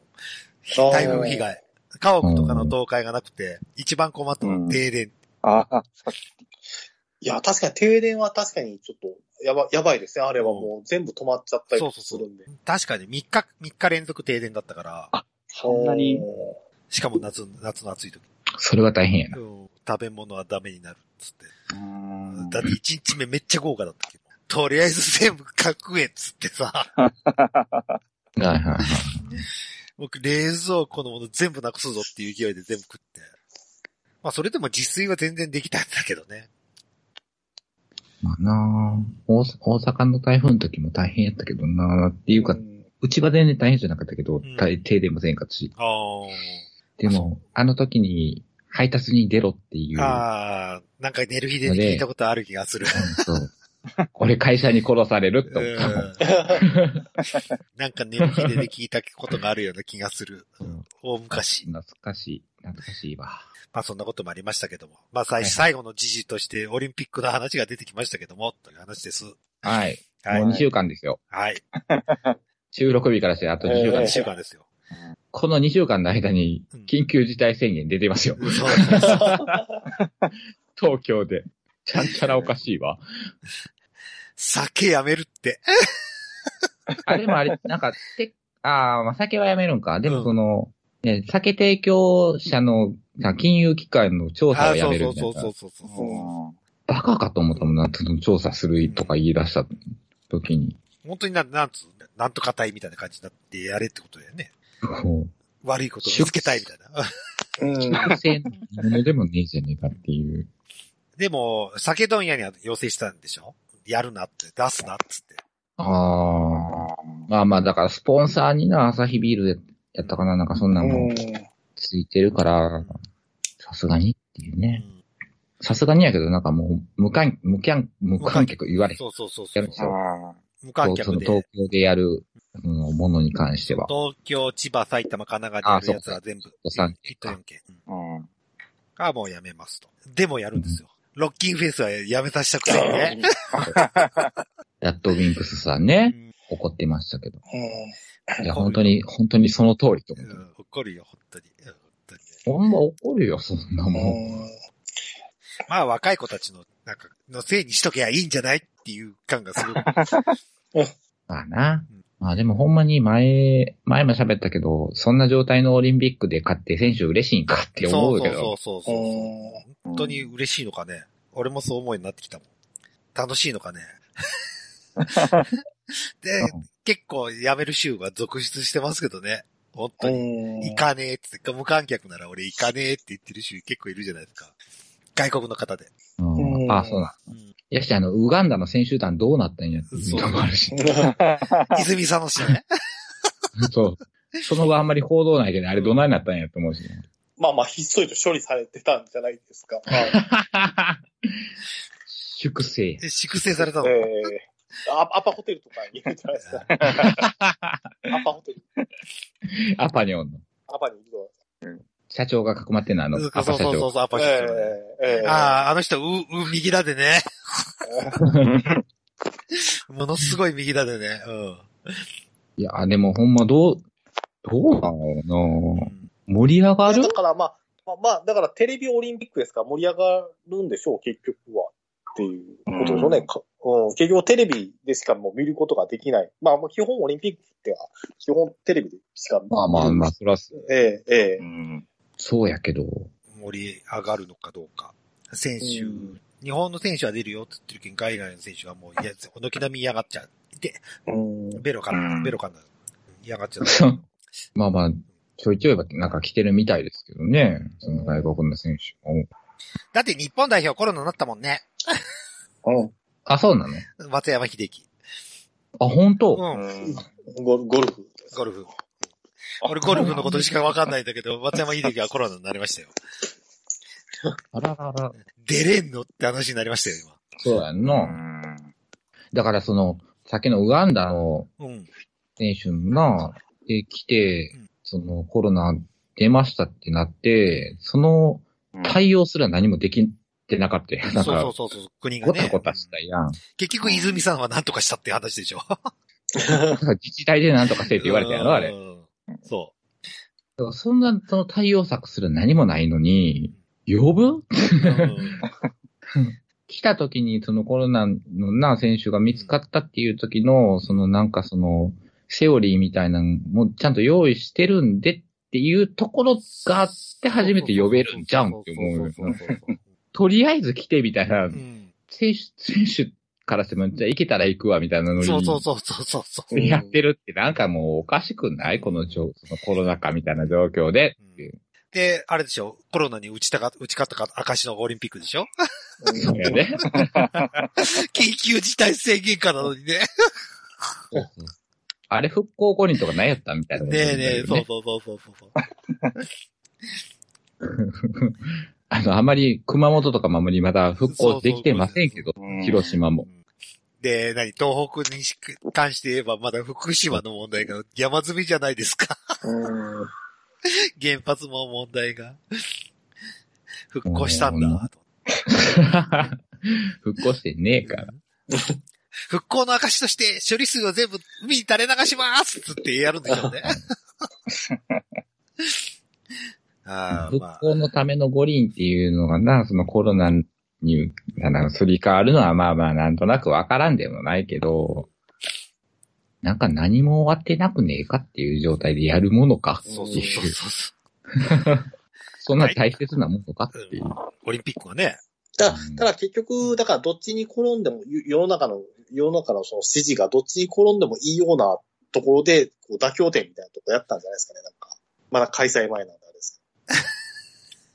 Speaker 1: もん。
Speaker 3: あー
Speaker 1: 台風被害。家屋とかの倒壊がなくて、一番困ったのは停電。
Speaker 4: ああ、
Speaker 3: いや、確かに停電は確かにちょっと、やば、やばいですね。あれはもう全部止まっちゃったり
Speaker 1: そうそう
Speaker 3: す
Speaker 1: そう
Speaker 3: るんで。
Speaker 1: 確かに3日、3日連続停電だったから、
Speaker 4: そんなに。
Speaker 1: しかも夏、夏の暑い時。
Speaker 2: それは大変やな。
Speaker 1: うん食べ物はダメになるっつって。
Speaker 4: うん
Speaker 1: だって1日目めっちゃ豪華だったけど。とりあえず全部食えっつってさ、
Speaker 2: はいはいはい。
Speaker 1: 僕冷蔵庫のもの全部なくすぞっていう勢いで全部食って。まあそれでも自炊は全然できたんだけどね。
Speaker 2: まあなあ大大阪の台風の時も大変やったけどなあっていうか、うんちは全然大変じゃなかったけど、
Speaker 1: ん
Speaker 2: 大停電もせんかったし。
Speaker 1: あ
Speaker 2: で
Speaker 1: あ
Speaker 2: も、あの時に配達に出ろっていう。
Speaker 1: あー、なんか寝る日で聞いたことある気がする。
Speaker 2: そう。俺会社に殺されるって
Speaker 1: う
Speaker 2: 思ったもん。
Speaker 1: んなんか寝る日で聞いたことがあるような気がする。
Speaker 2: うん
Speaker 1: 大昔。
Speaker 2: 懐かしい。懐かしいわ。
Speaker 1: まあそんなこともありましたけども。まあ最
Speaker 2: はい
Speaker 1: 最後の時事としてオリンピックの話が出てきましたけども、という話です。
Speaker 2: はい。
Speaker 1: はい
Speaker 2: もう2。週間ですよ。
Speaker 1: はい。
Speaker 2: 収録日からしてあと2週間
Speaker 1: 2
Speaker 3: え
Speaker 2: で
Speaker 3: え
Speaker 2: す。
Speaker 1: 週間 ですよ。
Speaker 2: この2週間の間に
Speaker 1: うん
Speaker 2: 緊急事態宣言出てますよ。
Speaker 1: そうそうそう
Speaker 2: 東京で。ちゃんちゃらおかしいわ。
Speaker 1: 酒やめるって。
Speaker 2: あ、で もあれ、なんか、て、ああ、まあ、酒はやめるんか。でもその、ね、酒提供者の、あ金融機関の調査
Speaker 1: あー
Speaker 2: をや
Speaker 1: そ
Speaker 2: め
Speaker 1: うそ
Speaker 2: るみ
Speaker 1: う
Speaker 2: たい
Speaker 1: そう
Speaker 2: な
Speaker 1: そうそうそう。
Speaker 2: バカかと思ったもんな、その調査するとか言い出した時に。
Speaker 1: 本当になん、なんつうのなんとかたいみたいな感じになってやれってことだよね。
Speaker 2: こう
Speaker 1: 悪いことを見つけたいみたいな。
Speaker 3: うん。
Speaker 2: 特性のものでもねえじゃねえかっていう。
Speaker 1: でも、酒問屋には要請したんでしょやるなって、出すなっつって。
Speaker 2: ああ。まあまあ、だからスポンサーにな、アサヒビールやったかな、なんかそんなもんついてるから、さすがにっていうね。さすがにやけど、なんかもう、無観、無観、無観客言われ
Speaker 1: うん
Speaker 2: へん。
Speaker 1: そうそうそうそ
Speaker 2: やるんです
Speaker 4: う
Speaker 1: う。
Speaker 2: よ
Speaker 4: ん。
Speaker 1: 無観
Speaker 2: そ
Speaker 1: 客
Speaker 2: の
Speaker 1: で。
Speaker 2: 東京でやるうんものに関しては。
Speaker 1: 東京、千葉、埼玉、神奈川でやるやつは全部
Speaker 2: あそうか、
Speaker 1: 一都四県。うん
Speaker 4: うん。
Speaker 1: がもうやめますと。でもやるんですよ。ロッキンフェイスはやめさせたくせにね。
Speaker 2: やっとウィンクスさん
Speaker 1: う
Speaker 2: ね、
Speaker 1: ん
Speaker 2: 怒ってましたけど。
Speaker 3: う
Speaker 2: いや、本当に、本当にその通りと思
Speaker 1: う
Speaker 2: う。
Speaker 1: ん怒るよ、本当に。うん本当にね
Speaker 2: ほんま怒るよ、そんなもん。
Speaker 3: ん。うん。
Speaker 1: まあ若い子たちの、なんか、のせいにしとけばいいんじゃないっていう感がする。
Speaker 2: まあな
Speaker 1: うん。
Speaker 2: まあでもほんまに前、前も喋ったけど、そんな状態のオリンピックで勝って選手嬉しいんかって
Speaker 1: そう
Speaker 2: 思
Speaker 1: う
Speaker 2: け
Speaker 1: そ
Speaker 2: ど。
Speaker 1: うそうそうそう
Speaker 3: うん
Speaker 1: 本当に嬉しいのかね。俺もそう思うようになってきたもん。楽しいのかね。で、結構辞める週が続出してますけどね。本当に。行かねえって、無観客なら俺行かねえって言ってる人結構いるじゃないですか。外国の方で。
Speaker 2: うん
Speaker 3: うん
Speaker 2: ああ、そうなん。やし、あの、ウガンダの選手団どうなったんやっていうのもあるし。
Speaker 1: 泉佐野市ね。
Speaker 2: そう。その後あんまり報道ないけど、あれどないなったんやと思うし。
Speaker 3: まあまあ、ひっそりと処理されてたんじゃないですか。はい
Speaker 2: 粛清。
Speaker 1: で粛清されたの。
Speaker 3: ええアアパホテルとかにいるじゃないですか。アパホテル、
Speaker 2: アパニョンの。
Speaker 3: アパにいると。
Speaker 2: 社長が囲まってんの、あの、
Speaker 1: そう
Speaker 2: アパ
Speaker 1: そう
Speaker 2: 社
Speaker 1: そうそ
Speaker 2: 長。
Speaker 1: うそう、アパ
Speaker 3: え
Speaker 1: 社長ね。
Speaker 3: えええ
Speaker 1: ああ、あの人、う、う、右だでね。ものすごい右だでね。
Speaker 2: いや、でもほんまどう、どうなの
Speaker 1: う。
Speaker 2: かなん盛り上が
Speaker 3: いや
Speaker 2: る
Speaker 3: だからまあ、まあ、まあ、だからテレビオリンピックですから盛り上がるんでしょう、結局は。っていうことでしょうね。
Speaker 4: うん
Speaker 3: かうん、結局テレビでしかもう見ることができない。まあ、まあ基本オリンピックっては、基本テレビでしか見る
Speaker 2: まあまあまあ、そら、
Speaker 3: ええ、え
Speaker 4: うん。
Speaker 2: そうやけど。
Speaker 1: 盛り上がるのかどうか。選手、
Speaker 3: うん
Speaker 1: 日本の選手は出るよって言ってるけど、外来の選手はもう、いや、軒並み嫌がっちゃう。で、
Speaker 3: え。うん。
Speaker 1: ベロか
Speaker 4: う
Speaker 1: な、
Speaker 4: ん
Speaker 1: ベロかな。嫌がっちゃう。
Speaker 2: そうまあまあ、ちょいちょいはなんか来てるみたいですけどね。その外国の選手も。
Speaker 1: だって日本代表コロナになったもんね。
Speaker 2: あ、そうなの
Speaker 1: 松山秀樹。
Speaker 2: あ、本当、
Speaker 1: うん。
Speaker 3: ゴルゴルフ。
Speaker 1: ゴルフ。俺ゴルフのことしかわかんないんだけど、松山秀樹はコロナになりましたよ。
Speaker 2: あららら。
Speaker 1: 出れんのって話になりましたよ、
Speaker 2: そうやん
Speaker 4: う
Speaker 2: な。
Speaker 4: ん。
Speaker 2: だからその、さっきのウガンダの
Speaker 1: 今。うん。
Speaker 2: 選手が、で、来て
Speaker 1: うん、
Speaker 2: そのコロナ出ましたってなって、その対応すら何もできてなかったよ。
Speaker 1: そ
Speaker 2: なん
Speaker 1: うそう
Speaker 2: か、
Speaker 1: そうそう、国が
Speaker 2: ご
Speaker 1: ね。
Speaker 2: たごたしたやん。
Speaker 1: 結局、泉さんは何とかしたって話 でしょ。
Speaker 2: だから自治体で何とかせえって言われたやろ、あれ
Speaker 1: う。ん。そ
Speaker 2: だからそんな、その対応策すら何もないのに、呼ぶ
Speaker 1: う。うん
Speaker 2: 来た時にそのコロナのな選手が見つかったっていう時の、そのなんかその、セオリーみたいなのもちゃんと用意してるんでっていうところがあって初めて呼べるんじゃんって思うよ
Speaker 1: そ。そそそう
Speaker 2: とりあえず来てみたいな
Speaker 1: う、ん
Speaker 2: 選手、選手からしても、じゃあ行けたら行くわみたいなのに。
Speaker 1: そうそうそうそうそうそう
Speaker 2: でやってるってなんかもうおかしくないこの状、そのコロナ禍みたいな状況で。
Speaker 1: う。うんで、あれでしょコロナに打ちたか、打ち勝ったか、証のオリンピックでしょ
Speaker 3: うん
Speaker 2: そうやね。
Speaker 1: 緊急事態宣言下なのにね。
Speaker 2: あれ復興五人とか何やったみたいなことだ
Speaker 1: ね
Speaker 2: よ
Speaker 1: え
Speaker 2: ね。
Speaker 1: ねえ、そうそうそうそうそう。
Speaker 2: あの、あまり熊本とかもあまりまだ復興できてませんけど
Speaker 4: そうそうそう、
Speaker 2: 広島も
Speaker 1: う。んで、何東北にし関して言えば、まだ福島の問題が山積みじゃないですか。
Speaker 3: うん
Speaker 1: 原発も問題が。 復興したん
Speaker 2: うん
Speaker 1: だ。
Speaker 2: 復興してねえから。
Speaker 1: 復興の証として処理水を全部海に垂れ流しますっつってやるんでしょうね。 ああ、
Speaker 2: 復
Speaker 1: まあ。
Speaker 2: 興のための五輪っていうのがな、そのコロナに、あの、すり替わるのはまあまあなんとなくわからんでもないけど、なんか何も終わってなくねえかっていう状態でやるものか。
Speaker 1: そうそうそうそうそ
Speaker 2: そんな大切なものかっていう。
Speaker 1: う。オリンピックはね。
Speaker 3: だから、ただ結局、だからどっちに転んでも、ゆ世の中の、世の中のその支持がどっちに転んでもいいようなところで、こう妥協点みたいなとこやったんじゃないですかね、なんか。まだ開催前なんであれです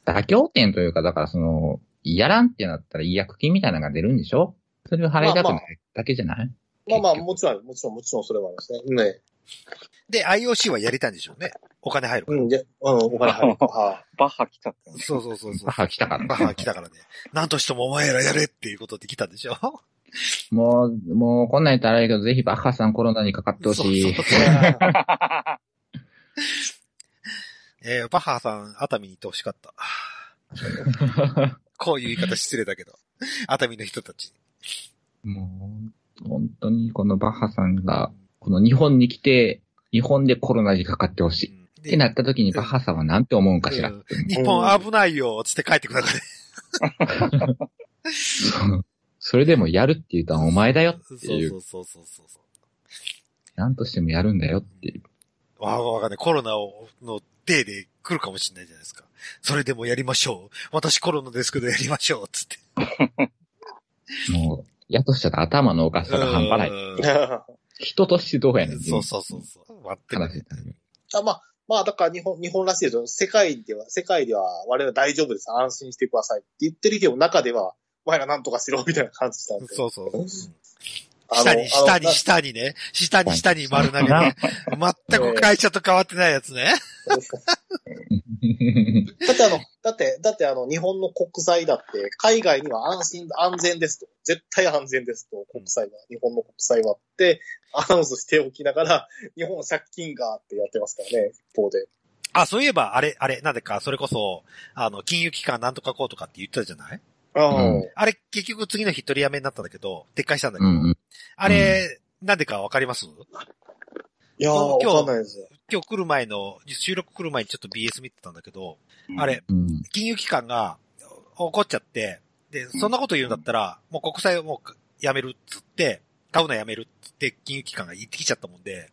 Speaker 2: 妥協点というか、だからその、やらんってなったら違約金みたいなのが出るんでしょそれを払いたくないだけじゃない、
Speaker 3: まあまあ、
Speaker 2: 結局
Speaker 3: もちろん、もちろん、もちろんそれはありますね。ね。
Speaker 1: で、IOC はやりたいんでしょうね。お金入るか
Speaker 3: う
Speaker 1: ら。
Speaker 3: ん、で、うん、お金入る。は
Speaker 4: バッハ来たってね。
Speaker 1: そうそうそうそう。
Speaker 2: バッハ来たから
Speaker 1: バッハ来たからね。なんとしてもお前らやれっていうことで来たんでしょ
Speaker 2: もう、もう、こんなん言ったらあれやけど、ぜひバッハさんコロナにかかってほしい。
Speaker 1: そうそう
Speaker 3: い
Speaker 1: そう
Speaker 3: ね
Speaker 1: えーバッハさん、熱海に行ってほしか った。こういう言い方失礼だけど。熱海の人たち。
Speaker 2: もう、本当にこのバッハさんが、この日本に来て、日本でコロナにかかってほしい。
Speaker 1: うん
Speaker 2: ってなった時にバッハさんはなんて思うんかしら。
Speaker 1: うん日本危ないよ、つって帰ってくだからね。
Speaker 2: そう それでもやるって言うとお前だよっていう。
Speaker 1: そうそうそうそうそう。
Speaker 2: なんとしてもやるんだよっていう。
Speaker 1: わわかんない。コロナをのデーで来るかもしれないじゃないですか。それでもやりましょう。私コロナですけどやりましょう。つって。
Speaker 2: もう、やとしたら頭のおかしさが半端
Speaker 1: う
Speaker 2: ない。
Speaker 1: ん
Speaker 2: 人としてどうやねんってい
Speaker 1: そううそうそうそう。割って
Speaker 2: 話
Speaker 1: る。
Speaker 2: になる。
Speaker 3: あまあ、まあ、だから日本、日本らしいですよ。世界では、世界では我々大丈夫です。安心してくださいって言ってるけど、中では、お前らなんとかしろ、みたいな感じなんで。
Speaker 1: そうそう。うん
Speaker 3: あの
Speaker 1: 下に、下
Speaker 3: あの
Speaker 1: に、下にね。下に、下に丸投げね。全く会社と変わってないやつね。
Speaker 3: だってあの、だって、だってあの、日本の国債だって、海外には安心、安全ですと。絶対安全ですと、国債は、日本の国債はって、アナウンスしておきながら、日本は借金がってやってますからね、一方で。
Speaker 1: あ、そういえば、あれ、あれ、なんでか、それこそ、あの、金融機関なんとかこうとかって言ってたじゃない
Speaker 3: うん。
Speaker 1: あれ、結局次の日取りやめになったんだけど、撤回したんだけ
Speaker 2: う
Speaker 1: ど。
Speaker 2: んうん。
Speaker 1: あれ、なんでかわかります
Speaker 3: いやー、
Speaker 1: そう
Speaker 3: わ
Speaker 1: 今日
Speaker 3: かんないですよ。
Speaker 1: 今日来る前の、収録来る前にちょっと BS 見てたんだけど、あれ、
Speaker 2: うん。
Speaker 1: 金融機関が怒っちゃって、で、そんなこと言うんだったら、もう国債をもうやめるっつって、買うのやめるっつって金融機関が言ってきちゃったもんで、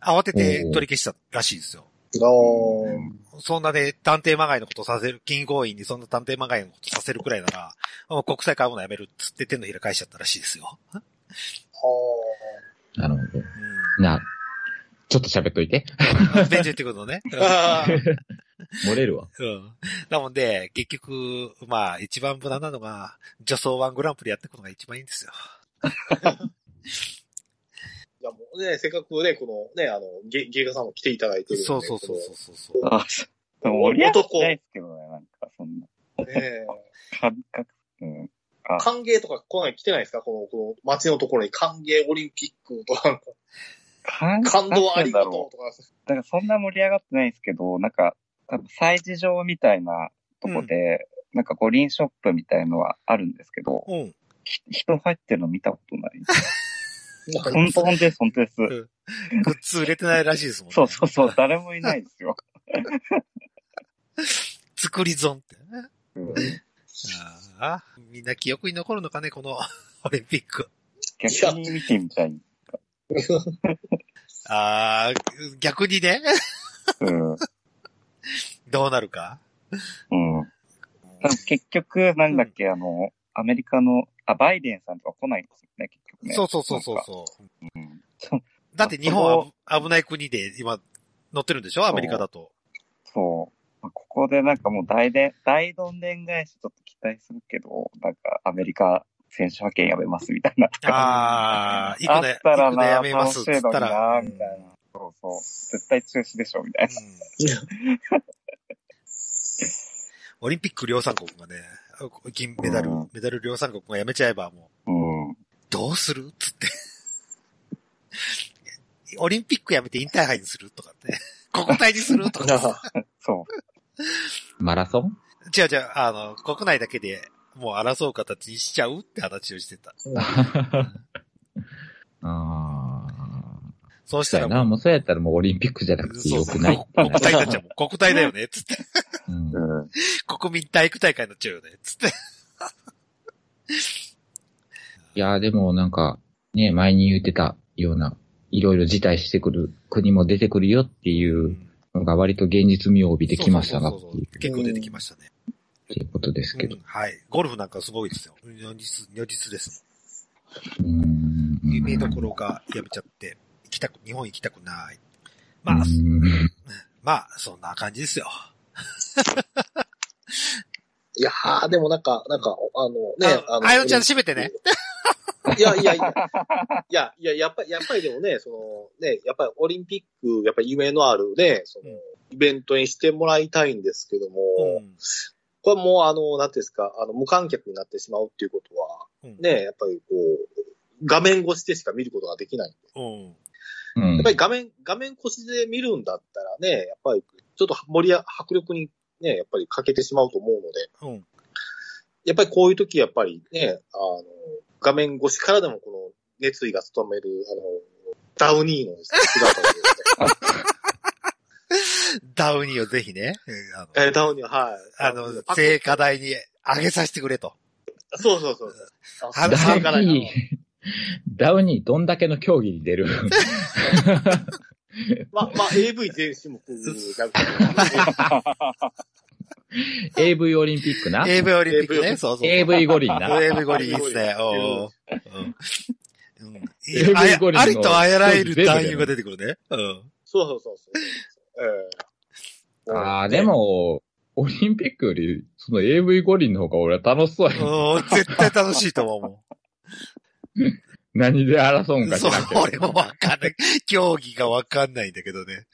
Speaker 1: 慌てて取り消したらしいですよ。
Speaker 3: あー
Speaker 1: そんなね、探偵まがいのことさせる、銀行員にそんな探偵まがいのことさせるくらいなら、もう国債買うのやめるっつって手のひら返しちゃったらしいですよ。
Speaker 2: なるほ
Speaker 1: う
Speaker 2: ど。な、ちょっと喋っといて。
Speaker 1: ん。便所ってことね。うん
Speaker 3: あー。
Speaker 2: 漏れるわ。
Speaker 1: うん。なので、結局、まあ、一番無難なのが、女装ワングランプリやっていくのが一番いいんですよ。
Speaker 3: いや、もうね、せっかくね、このね、あの、ゲゲイガさんも来ていただいてるんで。
Speaker 1: そうそうそうそうそう。
Speaker 4: あでも盛り上がってないですけどね、なんか、そんな、
Speaker 3: この男ね
Speaker 4: 感覚、うん。
Speaker 3: 歓迎とか来ない、来てないですかこの、この街のところに歓迎オリンピックとか、
Speaker 4: 感
Speaker 3: 感動ありが
Speaker 4: なんて言う
Speaker 3: とう
Speaker 4: んだろ
Speaker 3: とか。
Speaker 4: うだからそんな盛り上がってないですけど、なんか、多分催事場みたいなとこで、なんか五輪ショップみたいのはあるんですけど、
Speaker 1: うん。
Speaker 4: き人入ってるの見たことない。
Speaker 3: なんか
Speaker 4: 本当本当です、本当です。
Speaker 1: グッズ売れてないらしいですもんね。
Speaker 4: そうそうそう、誰もいないですよ。
Speaker 1: 作り損ってね。
Speaker 4: うん
Speaker 1: ああ、みんな記憶に残るのかね、この オリンピック。
Speaker 4: 逆に見てみたい。
Speaker 1: ああ、逆にね、
Speaker 4: うん。うん。
Speaker 1: どうなるか。
Speaker 4: 多分結局、なんだっけ、あの、アメリカの、あ、バイデンさんとか来ないんですよね、結局ね。
Speaker 1: そうそうそうそう
Speaker 4: なんか
Speaker 1: そう。
Speaker 4: うんそう。
Speaker 1: だって日本は危危ない国で今乗ってるんでしょアメリカだと。
Speaker 4: そう。まあここでなんかもう大で、大どんでん返しちょっと期待するけど、なんかアメリカ選手派遣やめますみたいな。
Speaker 1: ああ、行
Speaker 4: あ
Speaker 1: く
Speaker 4: っ
Speaker 1: のや
Speaker 4: たら
Speaker 1: 行くの
Speaker 4: な、
Speaker 1: やめま
Speaker 4: 楽
Speaker 1: す
Speaker 4: し
Speaker 1: っ
Speaker 4: い
Speaker 1: つっ
Speaker 4: の
Speaker 1: た
Speaker 4: に
Speaker 1: ら。
Speaker 4: な、
Speaker 1: うん
Speaker 4: みたいな。そうそう。絶対中止でしょ、みたいな。
Speaker 1: うんオリンピック量産国がね、銀メダル
Speaker 4: うん、
Speaker 1: メダル量産国がやめちゃえばもう、
Speaker 4: うん。
Speaker 1: どうするつって。オリンピックやめてインターハイにするとかね。国体にするとか。
Speaker 4: そう。
Speaker 2: マラソン
Speaker 1: 違う違う、あの、国内だけでもう争う形にしちゃうって話をしてた。
Speaker 2: あ
Speaker 1: そう
Speaker 2: あ。
Speaker 1: し
Speaker 2: そ
Speaker 1: た
Speaker 2: うや
Speaker 1: ら
Speaker 2: な。
Speaker 1: も
Speaker 2: もうそうやったらもうオリンピックじゃな
Speaker 1: う、
Speaker 2: くて
Speaker 1: そう
Speaker 2: よ
Speaker 1: そう
Speaker 2: くないってな
Speaker 1: 国
Speaker 2: る。
Speaker 1: 体になっちゃうもん。国体だよね。つって。
Speaker 2: うん
Speaker 4: うん。
Speaker 1: 国民体育大会になっちゃうよね。つって。
Speaker 2: いやーでもなんか、ね、前に言ってたような、いろいろ辞退してくる国も出てくるよっていうのが割と現実味を帯びてきましたなって
Speaker 1: そうそうそう
Speaker 2: い
Speaker 1: うそう結構出てきましたね。
Speaker 2: っていうことですけど
Speaker 1: う。んはい。ゴルフなんかすごいですよ。如実、如実です
Speaker 2: うーん。
Speaker 1: もん。有名どころがやめちゃって、行きたく、日本行きたくない。まあ、
Speaker 2: うん
Speaker 1: まあ、そんな感じですよ。
Speaker 3: いやー、でもなんか、なんか、あのね、
Speaker 1: あのあよちゃん閉めてね。
Speaker 3: いやいやいや、いや、いや、やっぱり、やっぱりでもね、その、ね、やっぱりオリンピック、やっぱり夢のあるね、その
Speaker 1: うん、
Speaker 3: イベントにしてもらいたいんですけども、
Speaker 1: うん
Speaker 3: これもう、あの、なんていうんですか、あの、無観客になってしまうっていうことは、
Speaker 1: うん
Speaker 3: ね、やっぱりこう、画面越しでしか見ることができないんで。
Speaker 1: うん。
Speaker 2: うん
Speaker 3: やっぱり画面、画面越しで見るんだったらね、やっぱり、ちょっと盛りあ、迫力にね、やっぱり欠けてしまうと思うので、
Speaker 1: うん。
Speaker 3: やっぱりこういう時やっぱりね、あの、画面越しからでもこの熱意が務める、あの、ダウニーのですね姿をですね。
Speaker 1: ダウニーをぜひね、うんあの
Speaker 3: えーダウニーは、はい。
Speaker 1: あの、聖火台に上げさせてくれと。
Speaker 3: そうそうそうそう。
Speaker 1: あの
Speaker 3: 聖
Speaker 1: 成
Speaker 3: 火
Speaker 2: ダウ
Speaker 3: 台
Speaker 2: ニー、 ダウニーどんだけの競技に 出る
Speaker 3: ま、まあ、AV 全種目なんか、
Speaker 2: ?AV オリンピックな
Speaker 1: AV オリンピック
Speaker 3: AV
Speaker 1: ね、そうそう。
Speaker 2: ?AV 五 輪な
Speaker 1: AV ゴリいいっすね。おーうんうん
Speaker 2: AV
Speaker 1: あや
Speaker 2: 五輪の
Speaker 1: ありとあらゆる男優が出てくるね。うん。
Speaker 3: そうそうそうそう。えー
Speaker 2: ああ、で、も、オリンピックより、その AV 五輪の方が俺は楽しそうや。
Speaker 1: うん絶対楽しいと思うもん。
Speaker 2: 何で争うんか知
Speaker 1: そう
Speaker 2: らんけ、ど。
Speaker 1: 俺もわかんない。競技がわかんないんだけどね。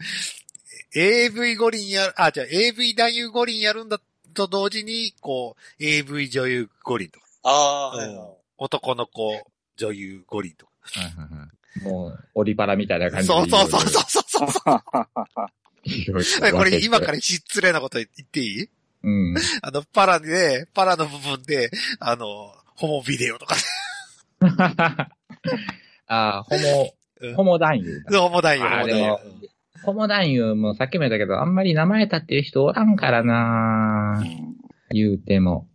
Speaker 1: AV 五輪や、あ、じゃあ AV 男優五輪やるんだと同時に、こう、AV 女優五輪とか、
Speaker 3: ああ、はい
Speaker 1: うん男の子女優五輪とか。
Speaker 2: はいはいはいもう、オリパラみたいな感じで。
Speaker 1: そうそうそうそうそうそう。
Speaker 2: いろいろ
Speaker 1: えこれ今から失礼なこと言っていい
Speaker 2: うん。
Speaker 1: あの、パラで、パラの部分で、あの、ホモビデオとか、
Speaker 2: ああ、ホ
Speaker 1: うん
Speaker 2: モ、ホモ男優。
Speaker 1: ホモ男優、ホ
Speaker 2: あ
Speaker 1: モ男優
Speaker 2: ーでもホモ男優もさっきも言ったけど、あんまり名前立ってる人おらんからな言うても。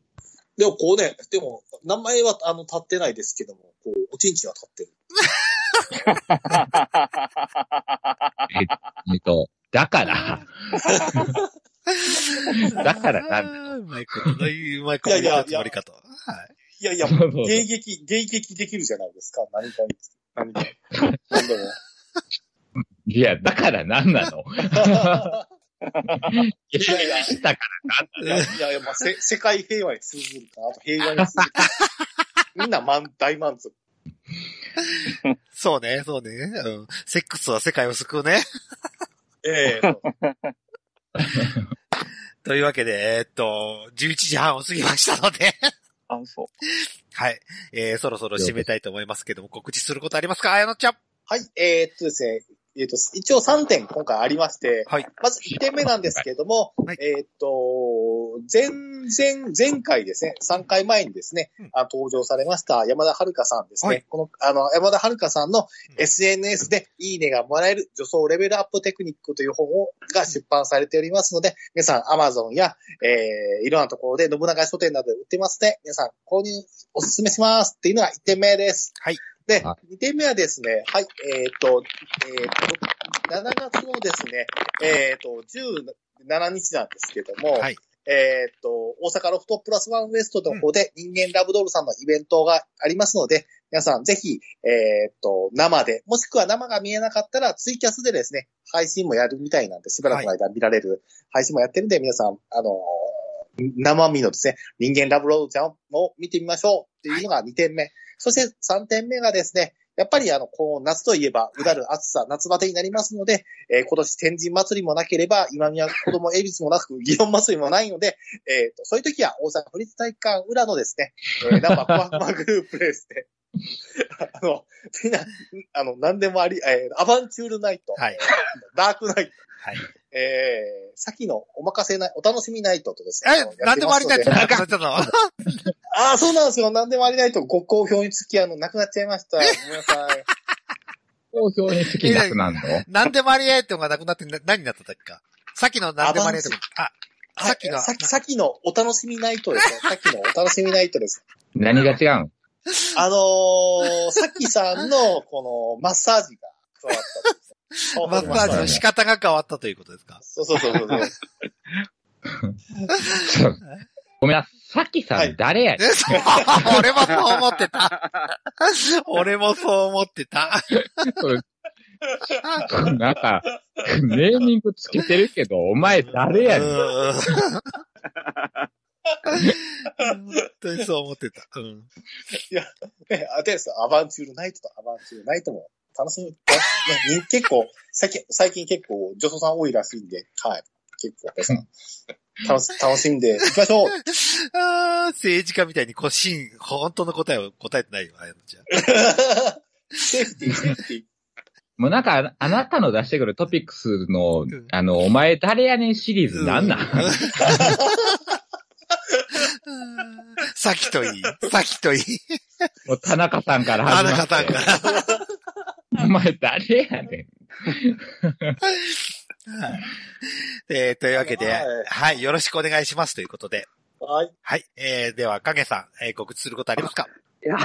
Speaker 3: でもこうね、でも、名前はあの立ってないですけども、こう、おちんちんは立ってる。
Speaker 2: えっと、だから、
Speaker 1: うん
Speaker 2: だからなん
Speaker 1: あーうまいこと、うまいこと言ったつもりかと。はい
Speaker 3: いやいや、
Speaker 2: そうそうそう
Speaker 3: 迎撃、迎撃できるじゃないですか、何かに。何かに。何でも。
Speaker 2: いや、だからなんなのい
Speaker 3: いやいや
Speaker 2: や、だか
Speaker 3: いや いやいや、まあ、せ世界平和に通ずるか、あと平和に通ずるか。みんな満大満足。
Speaker 1: そうね、そうね。うん。セックスは世界を救うね。
Speaker 3: ええ
Speaker 1: というわけで、えーっと、11時半を過ぎましたの で、
Speaker 4: あ、そう。
Speaker 1: はい。えー、そろそろ締めたいと思いますけども、告知することありますかあやのちゃん。
Speaker 3: はい、えーっとですね、えーっと、一応3点今回ありまして、
Speaker 1: はい
Speaker 3: まず1点目なんですけれども、
Speaker 1: はい
Speaker 3: えーっと、前、前、前回ですね、3回前にですね、
Speaker 1: うん
Speaker 3: あ登場されました山田遥さんですね、
Speaker 1: はい
Speaker 3: この、あの、山田遥さん
Speaker 1: う
Speaker 3: の
Speaker 1: ん
Speaker 3: SNS でいいねがもらえる女装レベルアップテクニックという本を、が出版されておりますので、皆さん Amazon や、えー、いろんなところで信長書店などで売ってますね、皆さん購入お勧めしますっていうのが1点目です。
Speaker 1: はい。
Speaker 3: で、
Speaker 2: は
Speaker 3: 2点目はですね、はい、えーっと、えーっと、7月のですね、えーっと、17日なんですけども、
Speaker 1: はい。
Speaker 3: えーっと、大阪ロフトプラスワンウエストの方で人間ラブドールさんのイベントがありますので、皆さんぜひ、えーっと、生で、もしくは生が見えなかったらツイキャスでですね、配信もやるみたいなんで、しばらくの間見られる配信もやってるんで、皆さん、あのー生身のですね、人間ラブロードちゃんを見てみましょうっていうのが2点目。そして3点目がですね、やっぱりあの、この夏といえば、うだる暑さ、夏バテになりますので、えー今年天神祭りもなければ、今宮子供恵比寿もなく、祇園祭りもないので、えっ、と、そういう時は大阪府立体育館裏のですね、えー、ナンバーコアマグループです ね。あの、みんな、あの、何でもあり、えーアバンチュールナイト、
Speaker 1: はい。
Speaker 3: ダークナイト、
Speaker 1: はい。
Speaker 3: えー、先のお任せない、お楽しみナイトとですね。
Speaker 1: え、なんでもありない
Speaker 3: や
Speaker 1: っ
Speaker 3: っててます
Speaker 1: な
Speaker 3: の
Speaker 1: んかなっちゃったの
Speaker 3: ああ、そうなんですよ。何でもありないとご好評につき、あの、なくなっちゃいました。ごめんなさい。
Speaker 2: ら、東京に好きなくなんの
Speaker 1: なんでもありないってのがなくなって、な、何になった時か。さっきのなんでもありないってことあ、
Speaker 3: はい
Speaker 1: さっきの、
Speaker 3: さっき、さっきのお楽しみナイトですね。さっきのお楽しみナイトです。
Speaker 2: 何が違うん
Speaker 3: あのー、さきさんの、この、マッサージが加わったんです ね。
Speaker 1: マッサージの仕方が変わったということですか。
Speaker 3: そうそうそうそう。
Speaker 2: ちょごめんな、さきさ
Speaker 3: は
Speaker 2: ん
Speaker 3: い
Speaker 2: 誰やね
Speaker 1: え
Speaker 2: ん
Speaker 1: そう俺もそう思ってた。俺もそう思ってた。
Speaker 2: なんか、ネーミングつけてるけど、お前誰やねん
Speaker 1: うん本当にそう思ってた。うん。
Speaker 3: ね、あ、で、そうアバンチュールナイトとアバンチュールナイトも楽しみ。ね、に結構、最近、最近結構、女装さん多いらしいんで、はい。結構、皆さん、楽し、 楽しんでいきましょう
Speaker 1: あー政治家みたいにこう真、本当の答えを答えてないよ、あやのちゃん。
Speaker 3: セーフティー、セーフティー。
Speaker 2: もうなんか、ああなたの出してくるトピックスの
Speaker 1: ん、
Speaker 2: あの、お前誰やねんシリーズなんなん、
Speaker 1: ううん先といい、先といい。
Speaker 2: もう田中さんから
Speaker 1: あ
Speaker 2: 始
Speaker 1: な
Speaker 2: ま
Speaker 1: た
Speaker 2: っ
Speaker 1: さん
Speaker 2: て
Speaker 1: か。
Speaker 2: お前誰やね
Speaker 1: ら。はいえーというわけで、
Speaker 3: はい
Speaker 1: はい、よろしくお願いしますということで。
Speaker 3: はい。
Speaker 1: はい、えー、では、影さん、えー告知することありますか
Speaker 4: いや、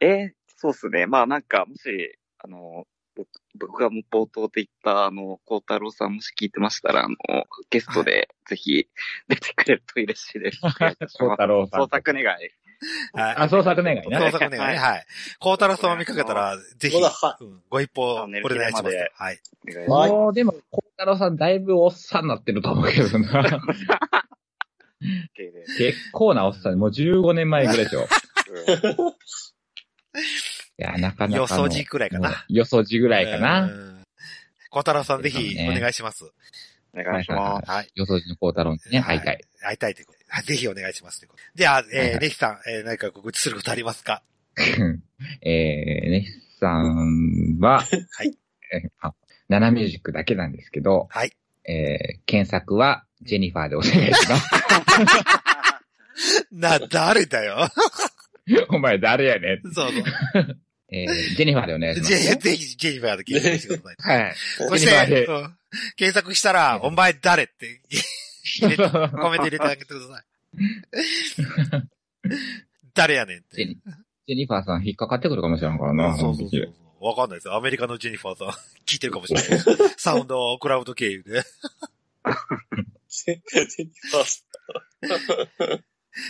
Speaker 4: えーそうっすね。まあなんか、もし、あの、僕僕が冒頭で言った、あの、孝太郎さんもし聞いてましたら、あの、ゲストでぜひ出てくれると嬉しいです。お願いいた
Speaker 2: ん。
Speaker 4: し
Speaker 2: 小
Speaker 4: ます
Speaker 2: 太郎さ
Speaker 4: 創
Speaker 2: ん。
Speaker 4: 作願い。
Speaker 1: はい。
Speaker 2: あ、創作願い
Speaker 1: 創
Speaker 2: な。
Speaker 1: 作願いね。はい。孝太郎さんを見かけたら、ぜひ、
Speaker 3: そうだは
Speaker 1: うんご一報、お願いします
Speaker 4: あの寝る日まで。
Speaker 1: はい。
Speaker 4: お願いします。
Speaker 3: はい
Speaker 2: もう、でも、小太郎さんだいぶおっさんになってると思うけどな。結構なおっさん、もう15年前ぐらいで しょ。い
Speaker 4: うん
Speaker 2: や、なかなかの。
Speaker 1: 予想時くらいか
Speaker 2: もう
Speaker 1: な。
Speaker 2: よそじぐらいかな。
Speaker 1: うん。孝太郎さん、ぜ
Speaker 2: そう
Speaker 1: ひ、
Speaker 2: だ
Speaker 1: お
Speaker 2: ね
Speaker 1: 願いします。
Speaker 4: お願いします。
Speaker 1: はい。
Speaker 2: よそじの孝太郎にね、
Speaker 1: は
Speaker 2: はいいはい。
Speaker 1: 会いたいということではい。ぜひお願いしますということで。じゃあ、
Speaker 2: はい
Speaker 1: え
Speaker 2: は
Speaker 1: ー、
Speaker 2: い
Speaker 1: レヒさん、えー、何か告知することありますか
Speaker 2: えー、ネヒさんは、
Speaker 1: はい
Speaker 2: えー。あ、ナナミュージックだけなんですけど、
Speaker 1: はい。
Speaker 2: えー、検索は、ジェニファーでお願い します。
Speaker 1: な、誰だ よ。
Speaker 2: お前誰やねん。
Speaker 1: そうそう。
Speaker 2: えー、ジェニファーでお願いしま
Speaker 1: ジェ
Speaker 2: す。
Speaker 1: ぜひ、ジェニファーで検索してください。
Speaker 2: はい。
Speaker 1: そし
Speaker 2: ジェニファー
Speaker 1: て、
Speaker 2: で
Speaker 1: うん検索したら、お前誰って、入れてコメント入れてあげてください。 誰やねんって。
Speaker 2: ジェニ ジェニファーさん引っかかってくるかもしれんからな。
Speaker 1: そうそうそう。わかんないですよ。アメリカのジェニファーさん、聞いてるかもしれ ないです。サウンド、クラウド経由で。
Speaker 3: セーフティー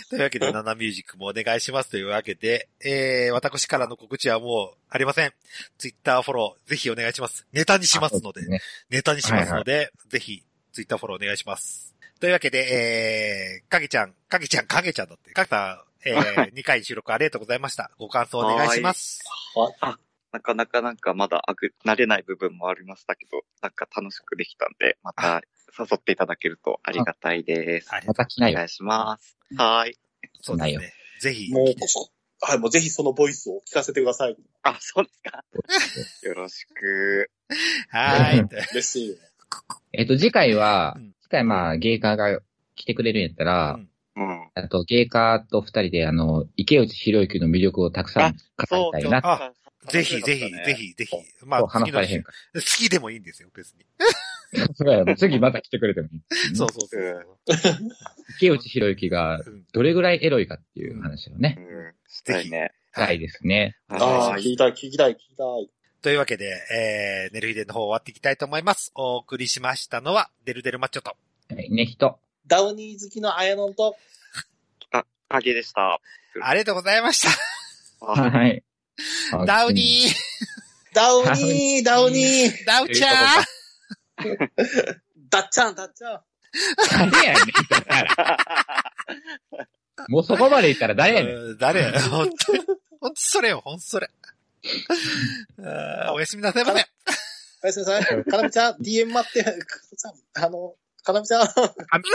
Speaker 1: というわけで、ナナミュージックもお願いしますというわけで、えー、私からの告知はもうありません。ツイッターフォロー、ぜひお願いします。ネタにしますので、
Speaker 2: ね。
Speaker 1: ネタにしますので、ぜひ、ツイッターフォローお願いします。というわけで、えー、かげちゃん、かげちゃん、かげちゃんだって。かげさん、えー、2回収録ありがとうございました。ご感想お願いします。
Speaker 4: なかなかなんかまだあぐ慣れない部分もありましたけど、なんか楽しくできたんで、また誘っていただけるとありがたいです。
Speaker 1: あり
Speaker 2: ま
Speaker 1: がと
Speaker 2: た
Speaker 1: う
Speaker 2: 来
Speaker 4: お
Speaker 2: なよ。
Speaker 4: 願いします。はい。
Speaker 1: そうですね。ぜひ、
Speaker 3: もう、はい、もうぜひそのボイスを聞かせてください。
Speaker 4: あ、そうですか。よろしく。
Speaker 1: はーい。
Speaker 3: 嬉しいよね。
Speaker 2: えっと、次回は
Speaker 1: うん、
Speaker 2: 次回まあ、ゲーカーが来てくれるんやったら、
Speaker 1: うん
Speaker 4: うん。
Speaker 2: あと、ゲーカーと二人で、あの、池内博之の魅力をたくさん語
Speaker 4: そ
Speaker 2: りた
Speaker 4: う、
Speaker 2: いな。
Speaker 1: あぜひ、ぜひ、ぜひ、ぜひ。まあ、
Speaker 2: そう
Speaker 1: 好き
Speaker 2: 話されへん
Speaker 1: 好きでもいいんですよ、別に。
Speaker 2: そうやろ 次また来てくれてもいい。
Speaker 1: そうそうそう。
Speaker 2: 池内博之が、
Speaker 1: うん
Speaker 2: どれぐらいエロいかっていう話をね、
Speaker 4: うん。したいね。
Speaker 2: したいですね。
Speaker 3: ああ、
Speaker 4: は
Speaker 3: 聞
Speaker 4: い
Speaker 3: きたい、聞きたい、聞きたい。
Speaker 1: というわけで、えー、ネルヒデの方終わっていきたいと思います。お送りしましたのは、デルデルマッチョと。
Speaker 2: はい、ね、人。
Speaker 3: ダウニー好きのあやのんと、
Speaker 4: 影でした。
Speaker 1: ありがとうございまし
Speaker 4: あ
Speaker 2: はい。
Speaker 1: た。ダウニ
Speaker 3: ダウニー、ダウニー、
Speaker 1: ー、ダウチャー。
Speaker 3: ダッチャン、ダッチャン。
Speaker 2: ー。誰やねん、だから。もうそこまで行ったら誰やねん。
Speaker 1: うん誰やねん。本当に。本当それよ、本当それ。あーおやすみなさいませ。
Speaker 3: おやすみなさい。かなみちゃん、DM 待って、かなみちゃん、あの、かなみちゃん。
Speaker 2: あ、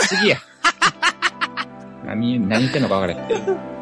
Speaker 2: 次や。何、何言ってんのか分からへん。